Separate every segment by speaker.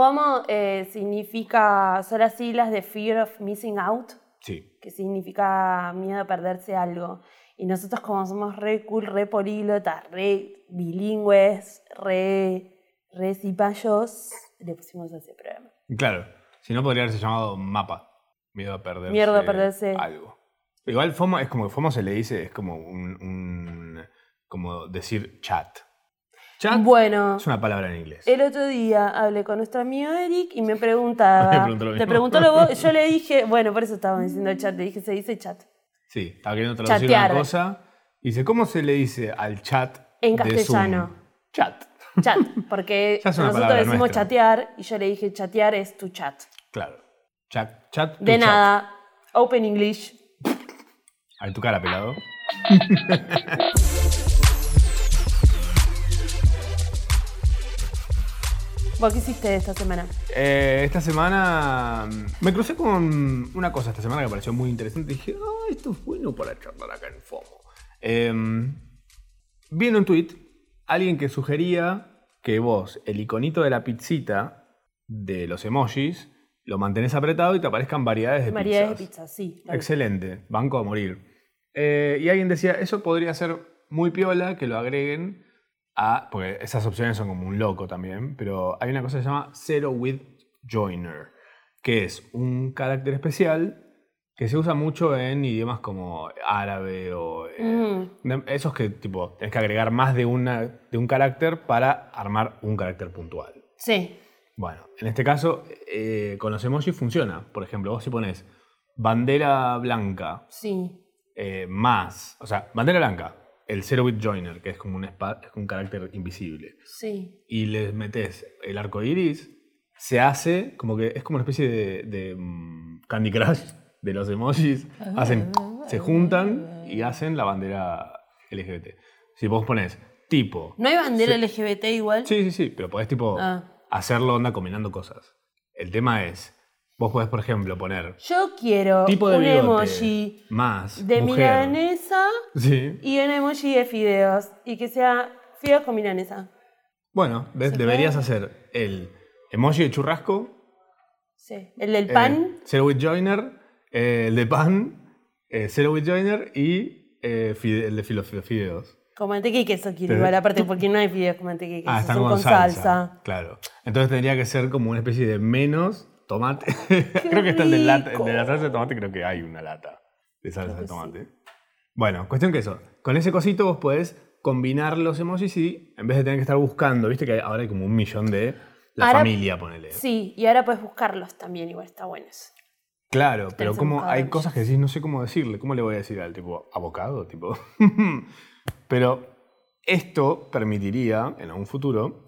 Speaker 1: FOMO eh, significa, son las siglas de Fear of Missing Out,
Speaker 2: Sí.
Speaker 1: que significa miedo a perderse algo. Y nosotros como somos re cool, re políglotas, re bilingües, re, re cipayos, le pusimos ese programa.
Speaker 2: Claro. Si no, podría haberse llamado mapa. Miedo a perderse.
Speaker 1: Mierda a perderse.
Speaker 2: Algo. Igual FOMO es como FOMO se le dice, es como un. un- como decir chat. Chat
Speaker 1: Bueno,
Speaker 2: es una palabra en inglés.
Speaker 1: el otro día hablé con nuestro amigo Eric y me preguntaba,
Speaker 2: Me preguntó lo
Speaker 1: te
Speaker 2: mismo.
Speaker 1: preguntó lo vos, yo le dije, bueno, por eso estábamos diciendo chat, le dije, se dice chat.
Speaker 2: Sí, estaba queriendo traducir
Speaker 1: Chatear.
Speaker 2: una cosa. Y dice, ¿cómo se le dice al chat
Speaker 1: En
Speaker 2: de Zoom?
Speaker 1: castellano.
Speaker 2: Chat.
Speaker 1: Chat, porque
Speaker 2: Ya es una
Speaker 1: nosotros
Speaker 2: palabra
Speaker 1: decimos
Speaker 2: nuestra.
Speaker 1: chatear y yo le dije chatear es tu chat.
Speaker 2: Claro. Chat, chat. tu
Speaker 1: De
Speaker 2: chat.
Speaker 1: nada, Open English.
Speaker 2: A tu cara, pelado.
Speaker 1: ¿Vos qué hiciste esta semana?
Speaker 2: Eh, esta semana mm, me crucé con una cosa esta semana que me pareció muy interesante. Dije, ah, esto es bueno para charlar acá en FOMO. Em, viendo un tweet, alguien que sugería que vos, el iconito de la pizzita de los emojis, lo mantenés apretado y te aparezcan variedades de
Speaker 1: María de
Speaker 2: pizzas.
Speaker 1: pizza, sí. la vi.
Speaker 2: Excelente, banco a morir. Eh, y alguien decía, eso podría ser muy piola que lo agreguen a. Porque esas opciones son como un loco también, pero hay una cosa que se llama Zero With Joiner, que es un carácter especial que se usa mucho en idiomas como árabe o. eh,
Speaker 1: Mm,
Speaker 2: de- Esos que, tipo, tenés que agregar más de, una, de un carácter para armar un carácter puntual.
Speaker 1: sí,
Speaker 2: Bueno, en este caso, eh, con los emojis funciona. Por ejemplo, vos si pones bandera blanca
Speaker 1: sí.
Speaker 2: eh, más, o sea, bandera blanca, el Zero Bit Joiner, que es como un, spa- es un carácter invisible,
Speaker 1: Sí.
Speaker 2: y le metes el arco iris, se hace como que es como una especie de, de, mm, Candy Crush de los emojis. Hacen, se juntan y hacen la bandera LGBT. Si vos pones tipo
Speaker 1: ¿No hay bandera LGBT igual?
Speaker 2: Sí, sí, sí, pero podés tipo
Speaker 1: Ah.
Speaker 2: hacerlo onda combinando cosas. El tema es, vos podés, por ejemplo, poner
Speaker 1: Yo quiero
Speaker 2: tipo de
Speaker 1: un
Speaker 2: bigote
Speaker 1: emoji
Speaker 2: más
Speaker 1: de
Speaker 2: mujer.
Speaker 1: milanesa
Speaker 2: Sí.
Speaker 1: y un emoji de fideos y que sea fideos con milanesa.
Speaker 2: Bueno, de- deberías hacer el emoji de churrasco,
Speaker 1: Sí. El del
Speaker 2: eh,
Speaker 1: pan,
Speaker 2: Zero with Joiner, eh, el de pan, eh, Zero with Joiner y eh, fide- el de filo- filo- fideos.
Speaker 1: con manteca y queso quiero
Speaker 2: Pero-
Speaker 1: igual, aparte porque no hay fideos con manteca y queso,
Speaker 2: Ah, están
Speaker 1: son
Speaker 2: con,
Speaker 1: con
Speaker 2: salsa.
Speaker 1: salsa.
Speaker 2: Claro. Entonces tendría que ser como una especie de menos tomate. creo que está el de, lata- el de la
Speaker 1: rico!
Speaker 2: salsa de tomate, creo que hay una lata de salsa de tomate. Bueno, cuestión que eso. Con ese cosito vos podés combinar los emojis y en vez de tener que estar buscando, viste que hay- ahora hay como un millón de la
Speaker 1: Ahora-
Speaker 2: familia, ponele.
Speaker 1: Sí, y ahora puedes buscarlos también, igual está bueno eso.
Speaker 2: Claro, pero
Speaker 1: en
Speaker 2: como
Speaker 1: cada
Speaker 2: hay
Speaker 1: uno.
Speaker 2: cosas que decís, no sé cómo decirle, ¿cómo le voy a decir al tipo abocado? Tipo. pero esto permitiría en algún futuro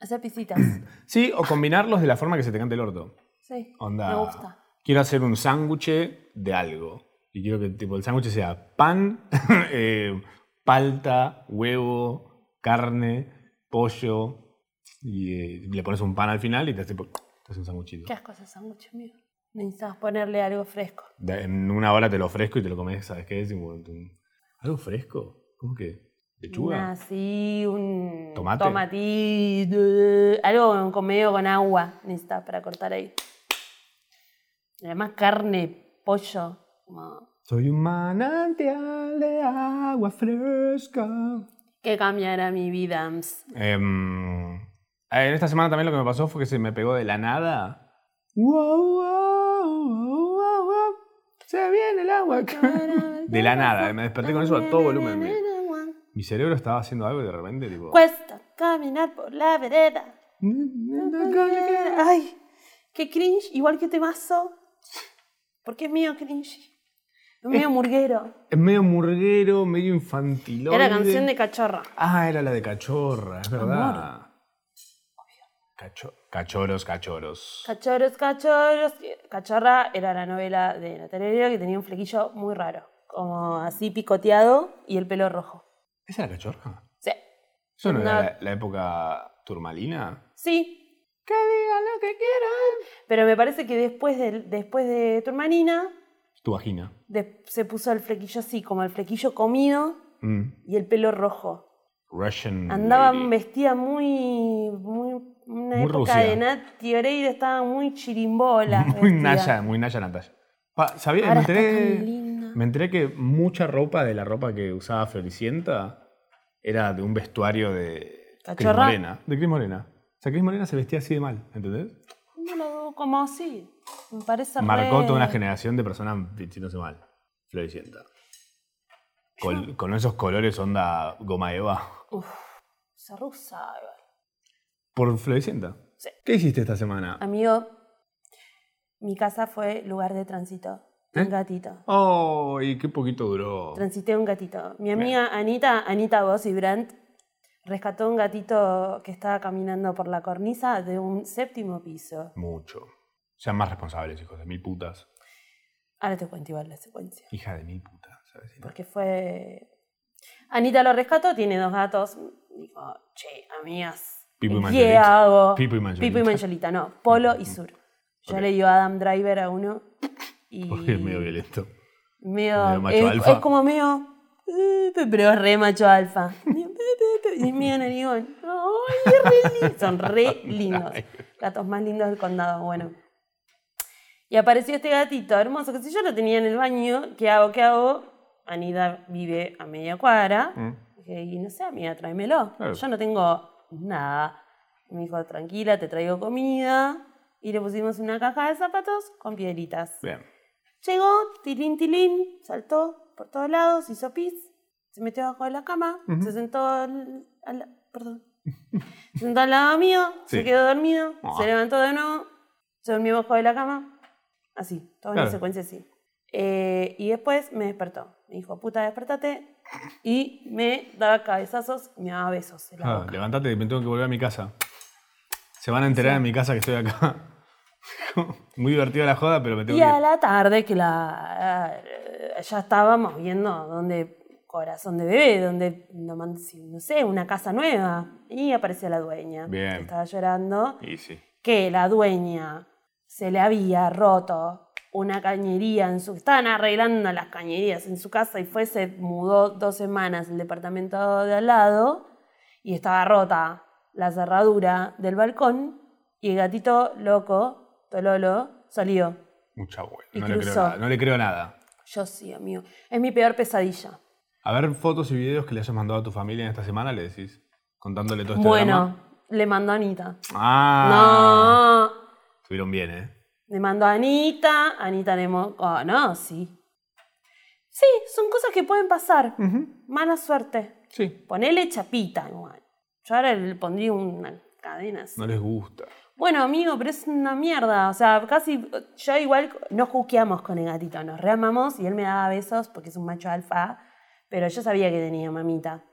Speaker 1: Hacer pisitas.
Speaker 2: Sí, o combinarlos de la forma que se te cante el orto.
Speaker 1: Sí.
Speaker 2: Onda.
Speaker 1: Me gusta.
Speaker 2: Quiero hacer un sándwich de algo. Y quiero que tipo el sándwich sea pan, eh, palta, huevo, carne, pollo. Y eh, le pones un pan al final y te hace, po- te hace un
Speaker 1: Qué
Speaker 2: sándwichito.
Speaker 1: asco ese sándwich, mío. Necesitas ponerle algo fresco.
Speaker 2: De- En una hora te lo ofrezco y te lo comes, ¿sabes qué? Tipo, un- ¿Algo fresco? ¿Cómo que?
Speaker 1: Una
Speaker 2: ¿Lechuga?
Speaker 1: así, un
Speaker 2: ¿Tomate?
Speaker 1: tomatito, algo con medio con agua necesitas para cortar ahí. Además carne, pollo, como-
Speaker 2: Soy un manantial de agua fresca.
Speaker 1: ¿Qué cambiará mi vida? ams?
Speaker 2: Em, a ver, esta semana también lo que me pasó fue que se me pegó de la nada. Wow, wow, wow, wow, wow. Se viene el agua. De la nada, me desperté con eso a todo volumen. Mi, mi cerebro estaba haciendo algo y de repente, tipo.
Speaker 1: Cuesta caminar por la vereda. Ay, qué cringe, igual que temazo. Porque es mío cringe. Es medio murguero.
Speaker 2: Es medio murguero, medio infantil.
Speaker 1: Era canción de cachorra.
Speaker 2: Ah, era la de cachorra, es verdad. Cacho- Cachorros, cachorros.
Speaker 1: Cachorros, cachorros. Cachorra era la novela de Natalia Oreiro que tenía un flequillo muy raro, como así picoteado y el pelo rojo.
Speaker 2: ¿Esa era cachorra?
Speaker 1: Sí,
Speaker 2: ¿Eso no, era
Speaker 1: No.
Speaker 2: la- la época turmalina?
Speaker 1: sí,
Speaker 2: Que digan lo que quieran.
Speaker 1: pero me parece que después de, después de Turmanina
Speaker 2: Tu vagina.
Speaker 1: des- se puso el flequillo así, como el flequillo comido
Speaker 2: Mm.
Speaker 1: y el pelo rojo.
Speaker 2: Russian.
Speaker 1: Andaba
Speaker 2: lady.
Speaker 1: vestida muy, muy una
Speaker 2: Muy
Speaker 1: época
Speaker 2: Rusia.
Speaker 1: de Nati Oreiro estaba muy chirimbola.
Speaker 2: Muy
Speaker 1: vestida.
Speaker 2: Naya, muy Naya Natalia. Pa- ¿sabía?
Speaker 1: Ahora
Speaker 2: Me
Speaker 1: está
Speaker 2: enteré,
Speaker 1: tan linda.
Speaker 2: me enteré que mucha ropa de la ropa que usaba Floricienta era de un vestuario de Cris
Speaker 1: ¿Cachorra?
Speaker 2: Morena. De Cris Morena. O sea, Cris Morena se vestía así de mal, ¿entendés?
Speaker 1: No lo veo como así. Me parece
Speaker 2: Marcó
Speaker 1: re-
Speaker 2: toda una generación de personas vistiéndose mal. Floricienta. Col- con esos colores onda goma eva.
Speaker 1: Uf, se rusa.
Speaker 2: Por Floricienta.
Speaker 1: Sí.
Speaker 2: ¿Qué hiciste esta semana?
Speaker 1: Amigo, mi casa fue lugar de tránsito. de Un
Speaker 2: ¿Eh?
Speaker 1: gatito.
Speaker 2: ¡Oh! Y qué poquito duró.
Speaker 1: Transité un gatito. Mi amiga Anita, Anita Boss y Brandt, rescató un gatito que estaba caminando por la cornisa de un séptimo piso.
Speaker 2: Mucho. Sean más responsables, hijos de mil putas.
Speaker 1: Ahora te cuento igual la secuencia.
Speaker 2: Hija de mil putas, ¿sabes?
Speaker 1: Porque fue. Anita lo rescató, tiene dos gatos. Dijo, che, amigas.
Speaker 2: Pipo y
Speaker 1: ¿Qué
Speaker 2: Mangiolita.
Speaker 1: hago?
Speaker 2: Pipo y Mangiolita.
Speaker 1: Pipo y Mangiolita, no. Polo y Sur. Yo
Speaker 2: Ok.
Speaker 1: le dio a Adam Driver a uno. Y
Speaker 2: Porque es medio violento.
Speaker 1: medio-
Speaker 2: medio macho
Speaker 1: es,
Speaker 2: alfa.
Speaker 1: es como medio. eh, Pero es re macho alfa. Y es medio narigón. Ay, es re lindo. Son re lindos. Gatos más lindos del condado. Bueno. Y apareció este gatito hermoso, que si yo lo tenía en el baño, ¿qué hago? ¿Qué hago? Anida vive a media cuadra.
Speaker 2: Mm.
Speaker 1: Dije, y no sé, amiga, tráemelo.
Speaker 2: Claro.
Speaker 1: Yo no tengo nada. Y Me dijo, tranquila, te traigo comida. Y le pusimos una caja de zapatos con piedritas.
Speaker 2: Bien.
Speaker 1: Llegó, tilín, tilín, saltó por todos lados, hizo pis, se metió abajo de la cama,
Speaker 2: Ujú.
Speaker 1: se sentó al, al- perdón. se sentó al lado mío,
Speaker 2: Sí.
Speaker 1: se quedó dormido,
Speaker 2: Ah.
Speaker 1: se levantó de nuevo, se durmió abajo de la cama, así, toda
Speaker 2: Claro.
Speaker 1: una secuencia así. Eh, y después me despertó, me dijo, puta, despertate, y me daba cabezazos y me daba besos en la
Speaker 2: Ah,
Speaker 1: boca.
Speaker 2: levantate, me tengo que volver a mi casa. Se van a enterar en mi casa que estoy acá. Muy divertida la joda, pero me tengo
Speaker 1: Y a
Speaker 2: que ir.
Speaker 1: la tarde, que la, eh, ya estábamos viendo donde corazón de bebé, donde, no, man- si- no sé, una casa nueva. Y apareció la dueña.
Speaker 2: Bien.
Speaker 1: que Estaba llorando
Speaker 2: Y sí.
Speaker 1: que la dueña se le había roto una cañería en su... Estaban arreglando las cañerías en su casa y fue, se mudó dos semanas el departamento de al lado y estaba rota la cerradura del balcón y el gatito loco, Tololo, salió.
Speaker 2: Mucha abuela.
Speaker 1: Y
Speaker 2: No le, creo
Speaker 1: cruzó.
Speaker 2: nada. no le creo nada.
Speaker 1: Yo sí, amigo. Es mi peor pesadilla.
Speaker 2: A ver fotos y videos que le hayas mandado a tu familia en esta semana, le decís. Contándole todo este drama.
Speaker 1: Bueno, le mandó a Anita.
Speaker 2: Ah.
Speaker 1: No.
Speaker 2: Estuvieron bien, ¿eh?
Speaker 1: Le mandó a Anita. Anita le... mo- Oh, no, sí. Sí, son cosas que pueden pasar. Mala suerte.
Speaker 2: Sí.
Speaker 1: Ponele chapita igual. Yo ahora le pondría una cadena así.
Speaker 2: No les gusta.
Speaker 1: Bueno, amigo, pero es una mierda. O sea, casi yo igual no juqueamos con el gatito, nos reamamos y él me daba besos porque es un macho alfa, pero yo sabía que tenía mamita.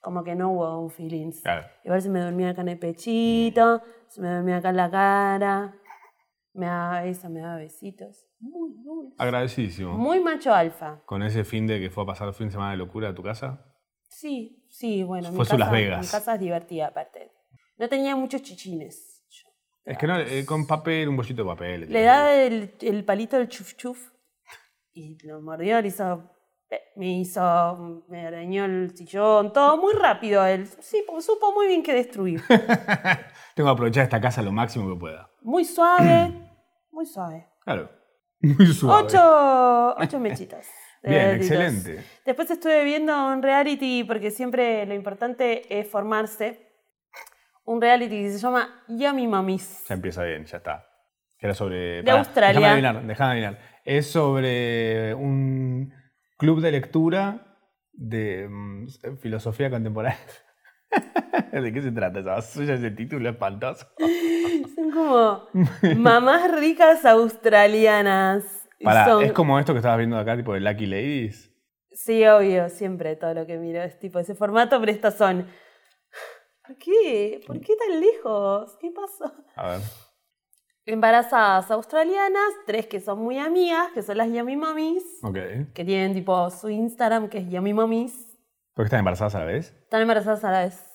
Speaker 1: Como que no hubo un feelings.
Speaker 2: Claro.
Speaker 1: Igual se me dormía acá en el pechito, se me dormía acá en la cara. Me daba besos, me daba besitos. Muy dulce.
Speaker 2: Agradecidísimo.
Speaker 1: Muy macho alfa.
Speaker 2: Con ese fin de que fue a pasar fin de semana de locura a tu casa.
Speaker 1: Sí, sí, bueno. mi
Speaker 2: Fue su Las
Speaker 1: casa-
Speaker 2: Vegas.
Speaker 1: Mi casa es divertida aparte. No tenía muchos chichines. yo.
Speaker 2: Es que no, eh, con papel, un bollito de papel.
Speaker 1: Le
Speaker 2: tenés
Speaker 1: da el, el palito del chuf chuf y lo mordió, le hizo, eh, me hizo, me arañó el sillón, todo muy rápido. Él sí, supo muy bien qué destruir.
Speaker 2: Tengo que aprovechar esta casa lo máximo que pueda.
Speaker 1: Muy suave, muy suave.
Speaker 2: Claro. Muy suave.
Speaker 1: Ocho, ocho mechitas. de
Speaker 2: Bien,
Speaker 1: gatitos.
Speaker 2: excelente.
Speaker 1: Después estuve viendo un reality, porque siempre lo importante es formarse. Un reality que se llama Yummy Mummies.
Speaker 2: Ya empieza bien, ya está. Que era sobre.
Speaker 1: De
Speaker 2: Pará,
Speaker 1: Australia.
Speaker 2: Déjame adivinar, déjame adivinar. Es sobre un club de lectura de mm, filosofía contemporánea. ¿De qué se trata esa basura? Ese título espantoso.
Speaker 1: Son como mamás ricas australianas. Y
Speaker 2: Pará,
Speaker 1: son-
Speaker 2: es como esto que estabas viendo acá, tipo de Lucky Ladies.
Speaker 1: Sí, obvio, siempre todo lo que miro es tipo ese formato, pero estas son. ¿Por qué? ¿Por qué tan lejos? ¿Qué pasó?
Speaker 2: A ver.
Speaker 1: Embarazadas australianas, tres que son muy amigas, que son las Yummy Mummies,
Speaker 2: Ok.
Speaker 1: que tienen tipo su Instagram, que es Yummy Mummies.
Speaker 2: ¿Por qué están embarazadas a la vez?
Speaker 1: Están embarazadas a la vez.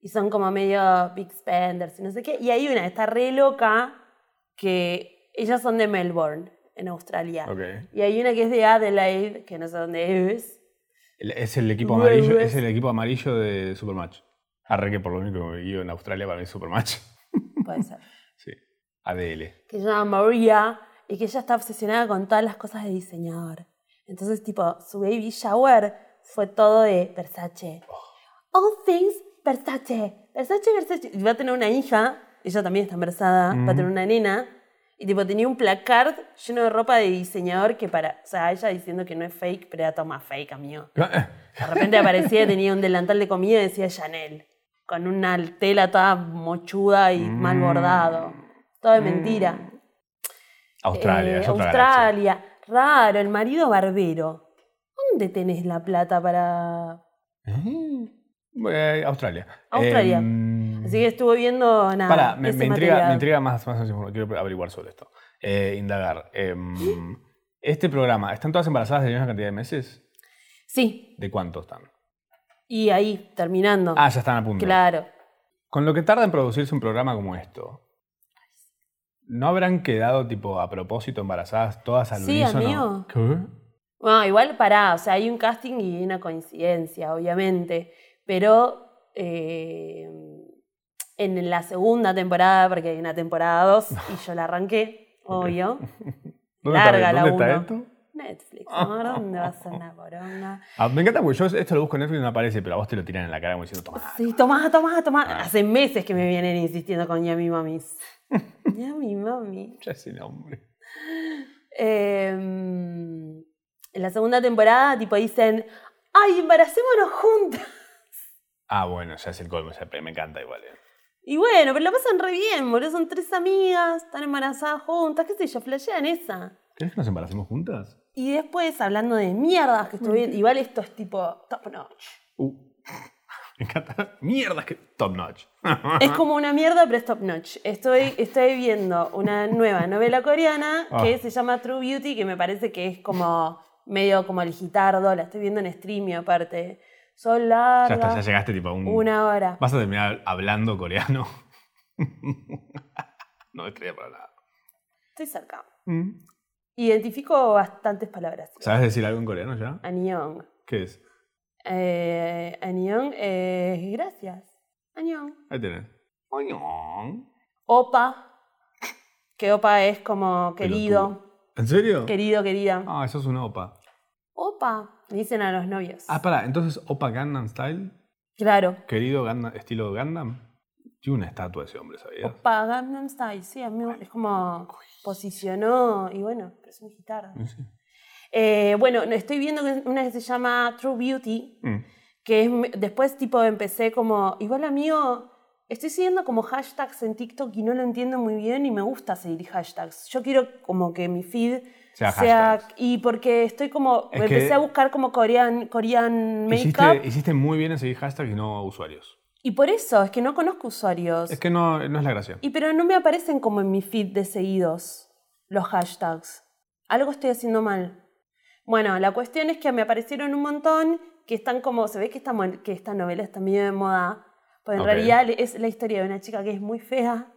Speaker 1: Y son como medio big spenders y no sé qué. Y hay una que está re loca, que ellas son de Melbourne, en Australia.
Speaker 2: Ok.
Speaker 1: Y hay una que es de Adelaide, que no sé dónde es.
Speaker 2: El- Es el equipo
Speaker 1: Güey,
Speaker 2: amarillo,
Speaker 1: güey.
Speaker 2: es el equipo amarillo de Supermatch. Arre que por lo único que vivo en Australia para mí es Supermatch.
Speaker 1: puede ser.
Speaker 2: Sí. ADL.
Speaker 1: que se llama Maria y que ella está obsesionada con todas las cosas de diseñador. Entonces, tipo, su baby shower fue todo de Versace. All things Versace. Versace, Versace. Y va a tener una hija, ella también está embarazada, va a tener una nena. Y tipo, tenía un placard lleno de ropa de diseñador que para. O sea, ella diciendo que no es fake, pero era toma fake, amigo. De repente aparecía y tenía un delantal de comida y decía Chanel. Con una tela toda mochuda y mal bordado. Todo de mentira.
Speaker 2: Australia,
Speaker 1: Eh,
Speaker 2: es otra galaxia.
Speaker 1: Australia. Raro, el marido barbero. ¿Dónde tenés la plata para...?
Speaker 2: Ujú. Eh, Australia.
Speaker 1: Australia.
Speaker 2: Em,
Speaker 1: Así que estuve viendo nada.
Speaker 2: Pará, me,
Speaker 1: ese
Speaker 2: me intriga,
Speaker 1: material.
Speaker 2: me intriga más, más información. Quiero averiguar sobre esto. Eh, indagar. Em, este programa, ¿están todas embarazadas de la misma cantidad de meses?
Speaker 1: Sí,
Speaker 2: ¿De cuánto están?
Speaker 1: y ahí, terminando.
Speaker 2: Ah, ya están a punto.
Speaker 1: claro.
Speaker 2: Con lo que tarda en producirse un programa como esto, ¿no habrán quedado tipo a propósito embarazadas todas al
Speaker 1: Sí,
Speaker 2: unísono?
Speaker 1: amigo.
Speaker 2: ¿Qué?
Speaker 1: Bueno, igual pará, o sea, hay un casting y una coincidencia, obviamente. Pero eh, en la segunda temporada, porque hay una temporada 2 y yo la arranqué, obvio.
Speaker 2: ¿Dónde
Speaker 1: Larga
Speaker 2: está,
Speaker 1: la
Speaker 2: ¿dónde está
Speaker 1: uno.
Speaker 2: esto?
Speaker 1: Netflix, amor, ¿dónde vas a una poronga?
Speaker 2: Ah, me encanta porque yo esto lo busco en Netflix y no aparece, pero a vos te lo tiran en la cara como diciendo, toma.
Speaker 1: Sí, tomá, tomá, tomá. Hace meses que me vienen insistiendo con Yami Mamis. Yami Mami.
Speaker 2: Ya es el nombre.
Speaker 1: Eh, Em, en la segunda temporada, tipo, dicen, ¡ay, embaracémonos juntas!
Speaker 2: Ah, bueno, ya es el colmo, ya- me encanta igual. eh.
Speaker 1: Y bueno, pero la pasan re bien, boludo. Son tres amigas, están embarazadas juntas, qué sé yo, flashean esa.
Speaker 2: ¿Crees que nos embaracemos juntas?
Speaker 1: Y después, hablando de mierdas que estuvieron, igual esto es tipo top notch.
Speaker 2: Uh. Me encanta. Mierda, que top notch.
Speaker 1: Es como una mierda, pero es top notch. Estoy, estoy viendo una nueva novela coreana que
Speaker 2: Ah.
Speaker 1: se llama True Beauty, que me parece que es como medio como el gitardo. La estoy viendo en streaming aparte. Son
Speaker 2: ya está, ya
Speaker 1: largas.
Speaker 2: llegaste tipo a un...
Speaker 1: Una hora.
Speaker 2: Vas a terminar hablando coreano. no me estrella para nada.
Speaker 1: Estoy cerca.
Speaker 2: Mm.
Speaker 1: Identifico bastantes palabras.
Speaker 2: ¿Sabes decir algo en coreano ya?
Speaker 1: Anyong.
Speaker 2: ¿Qué es?
Speaker 1: Eh, Anyong es gracias. Anyong.
Speaker 2: Ahí tenés. Oñón.
Speaker 1: Opa. Que opa es como querido.
Speaker 2: ¿En serio?
Speaker 1: Querido, querida.
Speaker 2: Ah, eso es una opa.
Speaker 1: Opa. Dicen a los novios.
Speaker 2: Ah, pará, entonces opa Gundam Style,
Speaker 1: Claro.
Speaker 2: querido Gundam, estilo Gundam. Tiene una estatua de ese hombre, ¿sabías?
Speaker 1: Opa, Gangnam Style, sí, amigo, es como posicionó y bueno, pero es un guitarra.
Speaker 2: Oh. Sí.
Speaker 1: Eh, bueno, no, estoy viendo que- una que se llama True Beauty,
Speaker 2: Mm.
Speaker 1: que es, me- después tipo empecé como, igual amigo, estoy siguiendo como hashtags en TikTok y no lo entiendo muy bien y me gusta seguir hashtags. Yo quiero como que mi feed
Speaker 2: Sea hashtags.
Speaker 1: y porque estoy como,
Speaker 2: Es que-
Speaker 1: empecé a buscar como Korean, Korean makeup
Speaker 2: Hiciste, hiciste muy bien en seguir hashtags y no usuarios.
Speaker 1: y por eso es que no conozco usuarios.
Speaker 2: Es que no, no es la gracia.
Speaker 1: Y pero no me aparecen como en mi feed de seguidos los hashtags. Algo estoy haciendo mal. Bueno, la cuestión es que me aparecieron un montón que están como, se ve que esta, mo- que esta novela está medio de moda, pero en
Speaker 2: Ok.
Speaker 1: realidad es la historia de una chica que es muy fea,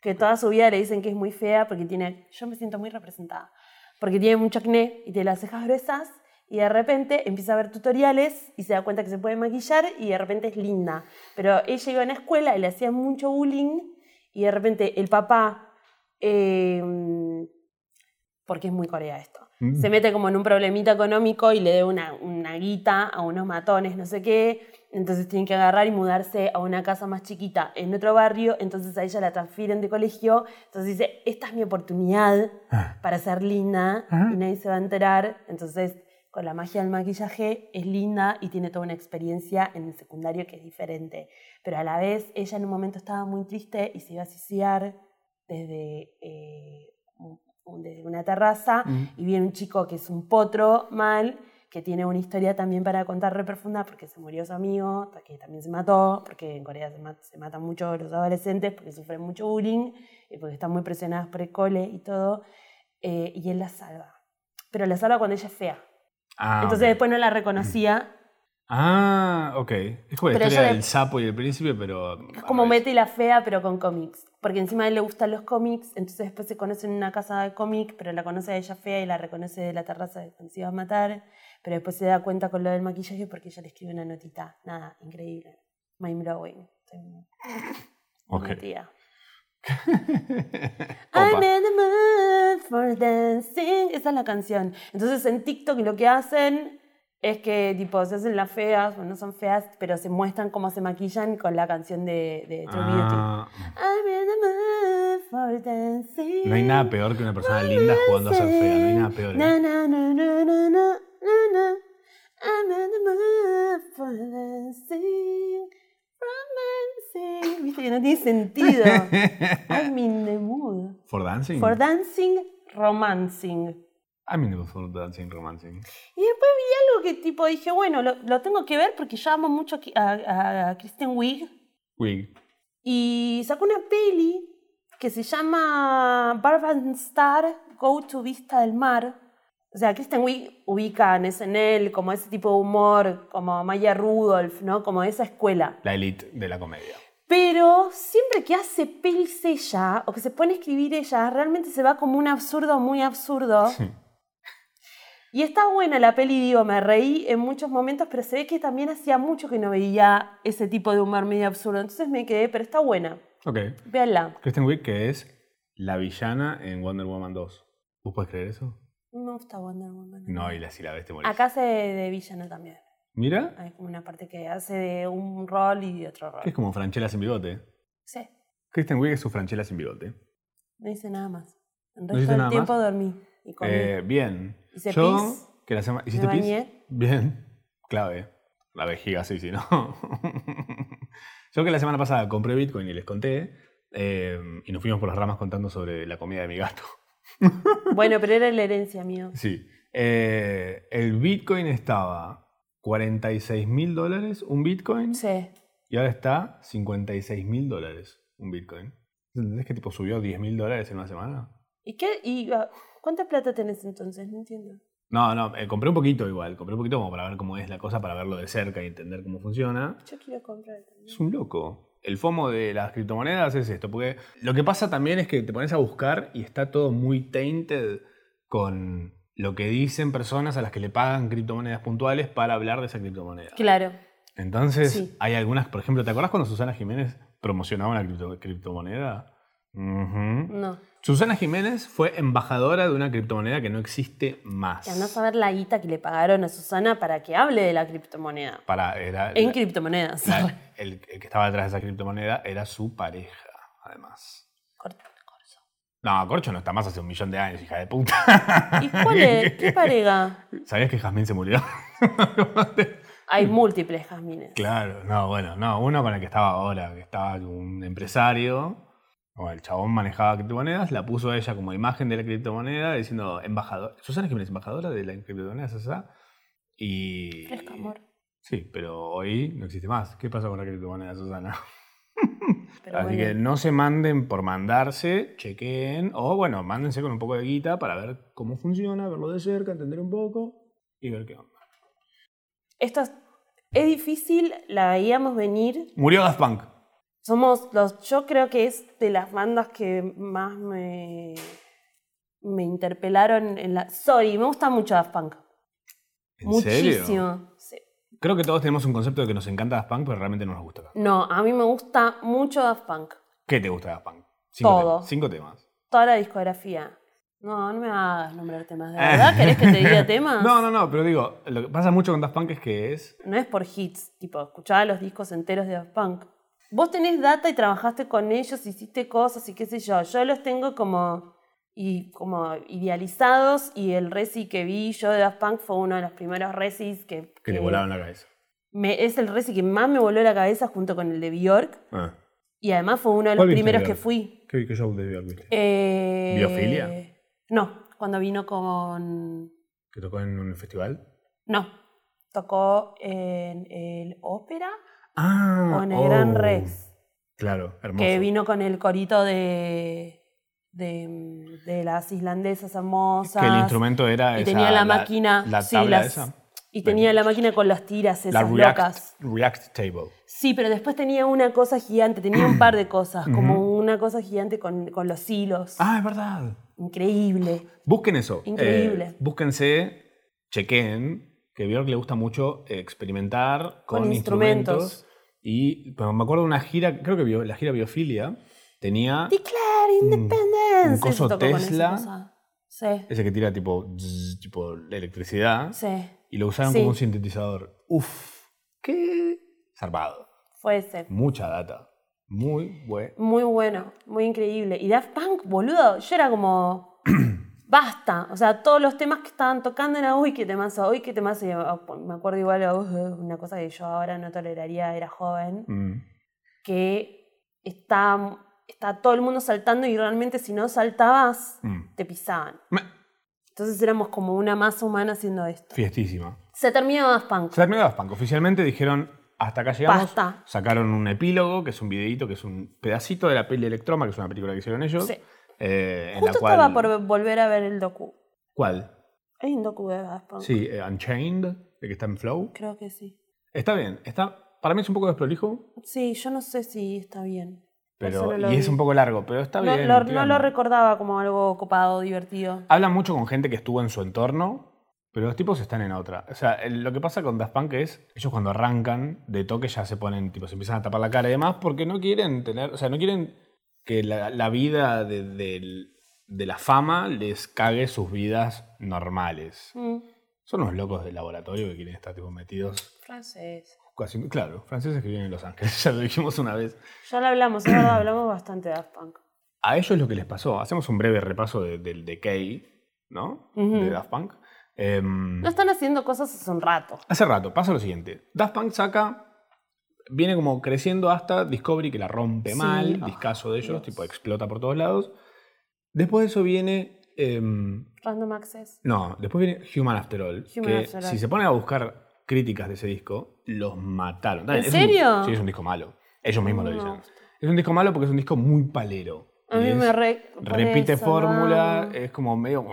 Speaker 1: que toda su vida le dicen que es muy fea porque tiene, yo me siento muy representada, porque tiene mucho acné y tiene las cejas gruesas y de repente empieza a ver tutoriales y se da cuenta que se puede maquillar y de repente es linda. Pero ella iba a una escuela y le hacían mucho bullying y de repente el papá, eh, porque es muy corea esto,
Speaker 2: Mm.
Speaker 1: se mete como en un problemita económico y le dé una, una guita a unos matones, no sé qué. Entonces tienen que agarrar y mudarse a una casa más chiquita en otro barrio. Entonces a ella la transfieren de colegio. Entonces dice, esta es mi oportunidad
Speaker 2: Ah.
Speaker 1: para ser linda
Speaker 2: Ajá.
Speaker 1: y nadie se va a enterar. Entonces, con la magia del maquillaje, es linda y tiene toda una experiencia en el secundario que es diferente. Pero a la vez, ella en un momento estaba muy triste y se iba a suicidar desde, eh, un- un- desde una terraza
Speaker 2: Mm.
Speaker 1: y viene un chico que es un potro mal que tiene una historia también para contar re profunda porque se murió su amigo, que también se mató, porque en Corea se, ma- se matan mucho los adolescentes porque sufren mucho bullying y porque están muy presionadas por el cole y todo, eh, y él la salva. Pero la salva cuando ella es fea.
Speaker 2: Ah,
Speaker 1: Entonces
Speaker 2: ok.
Speaker 1: después no la reconocía,
Speaker 2: Ah, ok. Es como la
Speaker 1: Pero
Speaker 2: historia
Speaker 1: ella de-
Speaker 2: del sapo y el príncipe, pero.
Speaker 1: Es como
Speaker 2: al revés.
Speaker 1: Betty la fea, pero con cómics. Porque encima a él le gustan los cómics, entonces después se conocen en una casa de cómic, pero la conoce a ella fea y la reconoce de la terraza de cuando se iba a matar. Pero después se da cuenta con lo del maquillaje porque ella le escribe una notita. Nada, increíble. Mind blowing. Estoy muy
Speaker 2: Ok.
Speaker 1: metida. I'm
Speaker 2: Opa.
Speaker 1: in the mood for dancing. Esa es la canción. Entonces en TikTok lo que hacen es que tipo se hacen las feas, bueno, no son feas, pero se muestran cómo se maquillan con la canción de, de True Beauty.
Speaker 2: Ah,
Speaker 1: I'm in the mood for dancing.
Speaker 2: no hay nada peor que una persona linda jugando a ser fea. No hay nada peor. ¿eh?
Speaker 1: Na, na, na, na, na, na, na, na. I'm in the mood for dancing, romancing. Viste que no tiene sentido. I'm in the mood.
Speaker 2: ¿For dancing?
Speaker 1: For dancing, romancing.
Speaker 2: I'm in the mood for dancing, romancing.
Speaker 1: Y después vi algo que tipo dije, bueno, lo, lo tengo que ver porque yo amo mucho a Ki- a, a Kristen Wiig.
Speaker 2: Wig.
Speaker 1: Y sacó una peli que se llama Barban Star Go to Vista del Mar. O sea, Kristen Wiig ubica en SNL como ese tipo de humor, como Maya Rudolph, ¿no? Como esa escuela.
Speaker 2: La elite de la comedia.
Speaker 1: Pero siempre que hace pelis ella, o que se pone a escribir ella, realmente se va como un absurdo muy absurdo. Y está buena la peli, digo, me reí en muchos momentos, pero se ve que también hacía mucho que no veía ese tipo de humor medio absurdo. Entonces me quedé, pero está buena.
Speaker 2: Ok.
Speaker 1: Véanla.
Speaker 2: Kristen Wiig, que es la villana en Wonder Woman 2. ¿Vos podés creer eso?
Speaker 1: No me gusta Wonder Woman.
Speaker 2: No, y la, si la ves te morís.
Speaker 1: Acá hace de villana también.
Speaker 2: Mira,
Speaker 1: Hay como una parte que hace de un rol y de otro
Speaker 2: que es
Speaker 1: rol.
Speaker 2: como Franchella sin bigote.
Speaker 1: Sí,
Speaker 2: Kristen Wiig es su Franchella sin bigote.
Speaker 1: no hice nada más. El
Speaker 2: ¿No
Speaker 1: resto
Speaker 2: hiciste
Speaker 1: del
Speaker 2: nada
Speaker 1: tiempo dormí y comí.
Speaker 2: Eh, bien.
Speaker 1: Hice
Speaker 2: Yo,
Speaker 1: pis.
Speaker 2: que la semana... ¿Hiciste
Speaker 1: Me
Speaker 2: pis?
Speaker 1: bañé.
Speaker 2: Bien. Clave. La vejiga, sí, sí, ¿no? Yo que la semana pasada compré Bitcoin y les conté. eh, y nos fuimos por las ramas contando sobre la comida de mi gato.
Speaker 1: Bueno, pero era la herencia mío.
Speaker 2: Sí. Eh, el Bitcoin estaba 46 mil dólares, un Bitcoin.
Speaker 1: Sí.
Speaker 2: Y ahora está 56 mil dólares, un Bitcoin. ¿Entendés que tipo subió 10 mil dólares en una semana?
Speaker 1: ¿Y qué? ¿Y ah, cuánta plata tenés entonces? No entiendo.
Speaker 2: No, no, eh, compré un poquito igual. Compré un poquito como para ver cómo es la cosa, para verlo de cerca y entender cómo funciona.
Speaker 1: Yo quiero comprar también.
Speaker 2: Es un loco. El FOMO de las criptomonedas es esto, porque lo que pasa también es que te pones a buscar y está todo muy tainted con lo que dicen personas a las que le pagan criptomonedas puntuales para hablar de esa criptomoneda.
Speaker 1: Claro.
Speaker 2: Entonces,
Speaker 1: Sí.
Speaker 2: hay algunas, por ejemplo, ¿te acuerdas cuando Susana Jiménez promocionaba una cripto- criptomoneda? Ujú.
Speaker 1: No.
Speaker 2: Susana Jiménez fue embajadora de una criptomoneda que no existe más.
Speaker 1: Que andás a ver la guita que le pagaron a Susana para que hable de la criptomoneda.
Speaker 2: Para, era,
Speaker 1: En
Speaker 2: la-
Speaker 1: criptomonedas.
Speaker 2: la- el, el que estaba detrás de esa criptomoneda era su pareja, además.
Speaker 1: Corta, corta.
Speaker 2: No, Corcho no está más hace un millón de años, hija de puta.
Speaker 1: ¿Y cuál es? ¿Qué pareja?
Speaker 2: ¿Sabías que Jazmín se murió?
Speaker 1: Hay
Speaker 2: Mm.
Speaker 1: múltiples jazmines.
Speaker 2: claro, no, bueno, no, uno con el que estaba ahora, que estaba como un empresario. o el chabón manejaba criptomonedas, la puso a ella como imagen de la criptomoneda, diciendo embajadora. Susana Jiménez, embajadora de la criptomoneda, ¿sabes? Y.
Speaker 1: Fresco, amor.
Speaker 2: Sí, pero hoy no existe más. ¿Qué pasa con la criptomoneda, Susana?
Speaker 1: Pero
Speaker 2: Así
Speaker 1: bueno.
Speaker 2: que no se manden por mandarse, chequeen, o bueno, mándense con un poco de guita para ver cómo funciona, verlo de cerca, entender un poco y ver qué onda.
Speaker 1: Esto es, es difícil, la veíamos venir.
Speaker 2: Murió Daft Punk.
Speaker 1: Somos los, yo creo que es de las bandas que más me, me interpelaron en la. Sorry, me gusta mucho Daft Punk.
Speaker 2: ¿En
Speaker 1: Muchísimo.
Speaker 2: serio?
Speaker 1: Sí.
Speaker 2: Creo que todos tenemos un concepto de que nos encanta Daft Punk, pero realmente no nos gusta.
Speaker 1: No, a mí me gusta mucho Daft Punk.
Speaker 2: ¿Qué te gusta de Daft Punk? Cinco
Speaker 1: Todo.
Speaker 2: temas. Cinco temas.
Speaker 1: Toda la discografía. No, no me hagas nombrar temas. ¿De verdad querés que te diga temas?
Speaker 2: No, no, no, pero digo, lo que pasa mucho con Daft Punk es que es...
Speaker 1: No es por hits, tipo, escuchaba los discos enteros de Daft Punk. Vos tenés data y trabajaste con ellos, hiciste cosas y qué sé yo. Yo los tengo como, y, como idealizados y el resi que vi yo de Daft Punk fue uno de los primeros resis que,
Speaker 2: Que le volaron la cabeza.
Speaker 1: me- es el resi que más me voló la cabeza junto con el de Bjork
Speaker 2: Ah.
Speaker 1: y además fue uno de los
Speaker 2: ¿Cuál viste de
Speaker 1: primeros que
Speaker 2: Bjork?
Speaker 1: fui.
Speaker 2: ¿Qué, qué show de Björk viste?
Speaker 1: Eh,
Speaker 2: ¿Biofilia?
Speaker 1: No, cuando vino con...
Speaker 2: ¿Que tocó en un festival?
Speaker 1: No, tocó en el ópera
Speaker 2: Ah,
Speaker 1: o en el Gran
Speaker 2: oh.
Speaker 1: Rex.
Speaker 2: Claro, hermoso.
Speaker 1: que vino con el corito de, de, mm, de las islandesas hermosas.
Speaker 2: Que el instrumento era
Speaker 1: Y
Speaker 2: esa,
Speaker 1: tenía la, máquina.
Speaker 2: La
Speaker 1: sí,
Speaker 2: tabla
Speaker 1: las-
Speaker 2: esa.
Speaker 1: Y tenía la máquina con las tiras
Speaker 2: La
Speaker 1: esas locas.
Speaker 2: React, React Table.
Speaker 1: Sí, pero después tenía una cosa gigante, tenía un par de cosas, como una cosa gigante con, con los hilos.
Speaker 2: Ah, es verdad.
Speaker 1: Increíble.
Speaker 2: Busquen eso.
Speaker 1: Increíble.
Speaker 2: Eh, búsquense, chequen, que Björk le gusta mucho experimentar con,
Speaker 1: Con
Speaker 2: instrumentos.
Speaker 1: instrumentos.
Speaker 2: Y pero me acuerdo de una gira, creo que bio- la gira Biofilia, tenía
Speaker 1: Declare
Speaker 2: un
Speaker 1: Independence.
Speaker 2: coso
Speaker 1: Se tocó con esa
Speaker 2: Tesla.
Speaker 1: cosa. Sí,
Speaker 2: ese que tira tipo, zzz, tipo la electricidad
Speaker 1: sí.
Speaker 2: y lo usaron
Speaker 1: Sí.
Speaker 2: como un sintetizador. Uf, qué zarpado.
Speaker 1: Fue ese.
Speaker 2: Mucha data. Muy bueno.
Speaker 1: Muy bueno, muy increíble. Y Daft Punk, boludo, yo era como. Basta. O sea, todos los temas que estaban tocando era, uy, qué temazo, uy, qué temazo. Y oh, me acuerdo igual, uh, una cosa que yo ahora no toleraría, era joven,
Speaker 2: Mm,
Speaker 1: que está, está todo el mundo saltando y realmente si no saltabas,
Speaker 2: Mm.
Speaker 1: te pisaban. Entonces éramos como una masa humana haciendo esto.
Speaker 2: Fiestísima.
Speaker 1: Se terminó Daft Punk.
Speaker 2: Se terminó Daft Punk. Oficialmente dijeron, hasta acá llegamos.
Speaker 1: Basta.
Speaker 2: Sacaron un epílogo, que es un videíto, que es un pedacito de la peli Electroma, que es una película que hicieron ellos.
Speaker 1: Sí.
Speaker 2: eh, en
Speaker 1: Justo
Speaker 2: la cual-
Speaker 1: estaba por volver a ver el docu.
Speaker 2: ¿Cuál?
Speaker 1: Hay un docu de Daft Punk.
Speaker 2: Sí, eh, Unchained, de que está en Flow.
Speaker 1: Creo que sí.
Speaker 2: Está bien. Está, para mí es un poco desprolijo,
Speaker 1: Sí, yo no sé si está bien.
Speaker 2: pero,
Speaker 1: Eso no lo
Speaker 2: y
Speaker 1: vi.
Speaker 2: es un poco largo, pero está
Speaker 1: No
Speaker 2: bien.
Speaker 1: lo, no
Speaker 2: digamos.
Speaker 1: lo recordaba como algo copado, divertido.
Speaker 2: Habla mucho con gente que estuvo en su entorno, pero los tipos están en otra. O sea, el- lo que pasa con Daft Punk es, ellos cuando arrancan de toque ya se ponen, tipo, se empiezan a tapar la cara y demás porque no quieren tener, o sea, no quieren que la, la vida de, del- de la fama les cague sus vidas normales.
Speaker 1: Mm,
Speaker 2: Son unos locos de laboratorio que quieren estar, tipo, metidos.
Speaker 1: francés.
Speaker 2: casi- claro, franceses que viven en Los Ángeles, ya lo dijimos una vez.
Speaker 1: Ya lo hablamos, es verdad, hablamos bastante de Daft Punk.
Speaker 2: A ellos lo que les pasó, hacemos un breve repaso de- del decay, ¿no?
Speaker 1: Ujú.
Speaker 2: De Daft Punk. Em,
Speaker 1: No están haciendo cosas hace un rato.
Speaker 2: Hace rato, pasa lo siguiente. Daft Punk saca, viene como creciendo hasta Discovery, que la rompe
Speaker 1: Sí.
Speaker 2: mal,
Speaker 1: Ah,
Speaker 2: discazo de ellos,
Speaker 1: Dios.
Speaker 2: tipo explota por todos lados. Después de eso viene... em,
Speaker 1: Random Access.
Speaker 2: no, después viene Human After All,
Speaker 1: Human
Speaker 2: que
Speaker 1: After All.
Speaker 2: si se ponen a buscar críticas de ese disco, los mataron. Está bien,
Speaker 1: ¿En
Speaker 2: es un-
Speaker 1: serio?
Speaker 2: sí, es un disco malo. Ellos mismos
Speaker 1: No
Speaker 2: lo
Speaker 1: me
Speaker 2: dicen.
Speaker 1: gusta.
Speaker 2: Es un disco malo porque es un disco muy palero.
Speaker 1: A
Speaker 2: Y
Speaker 1: mí
Speaker 2: es-
Speaker 1: me re- por
Speaker 2: Repite
Speaker 1: eso,
Speaker 2: fórmula, eh.
Speaker 1: no.
Speaker 2: es como medio...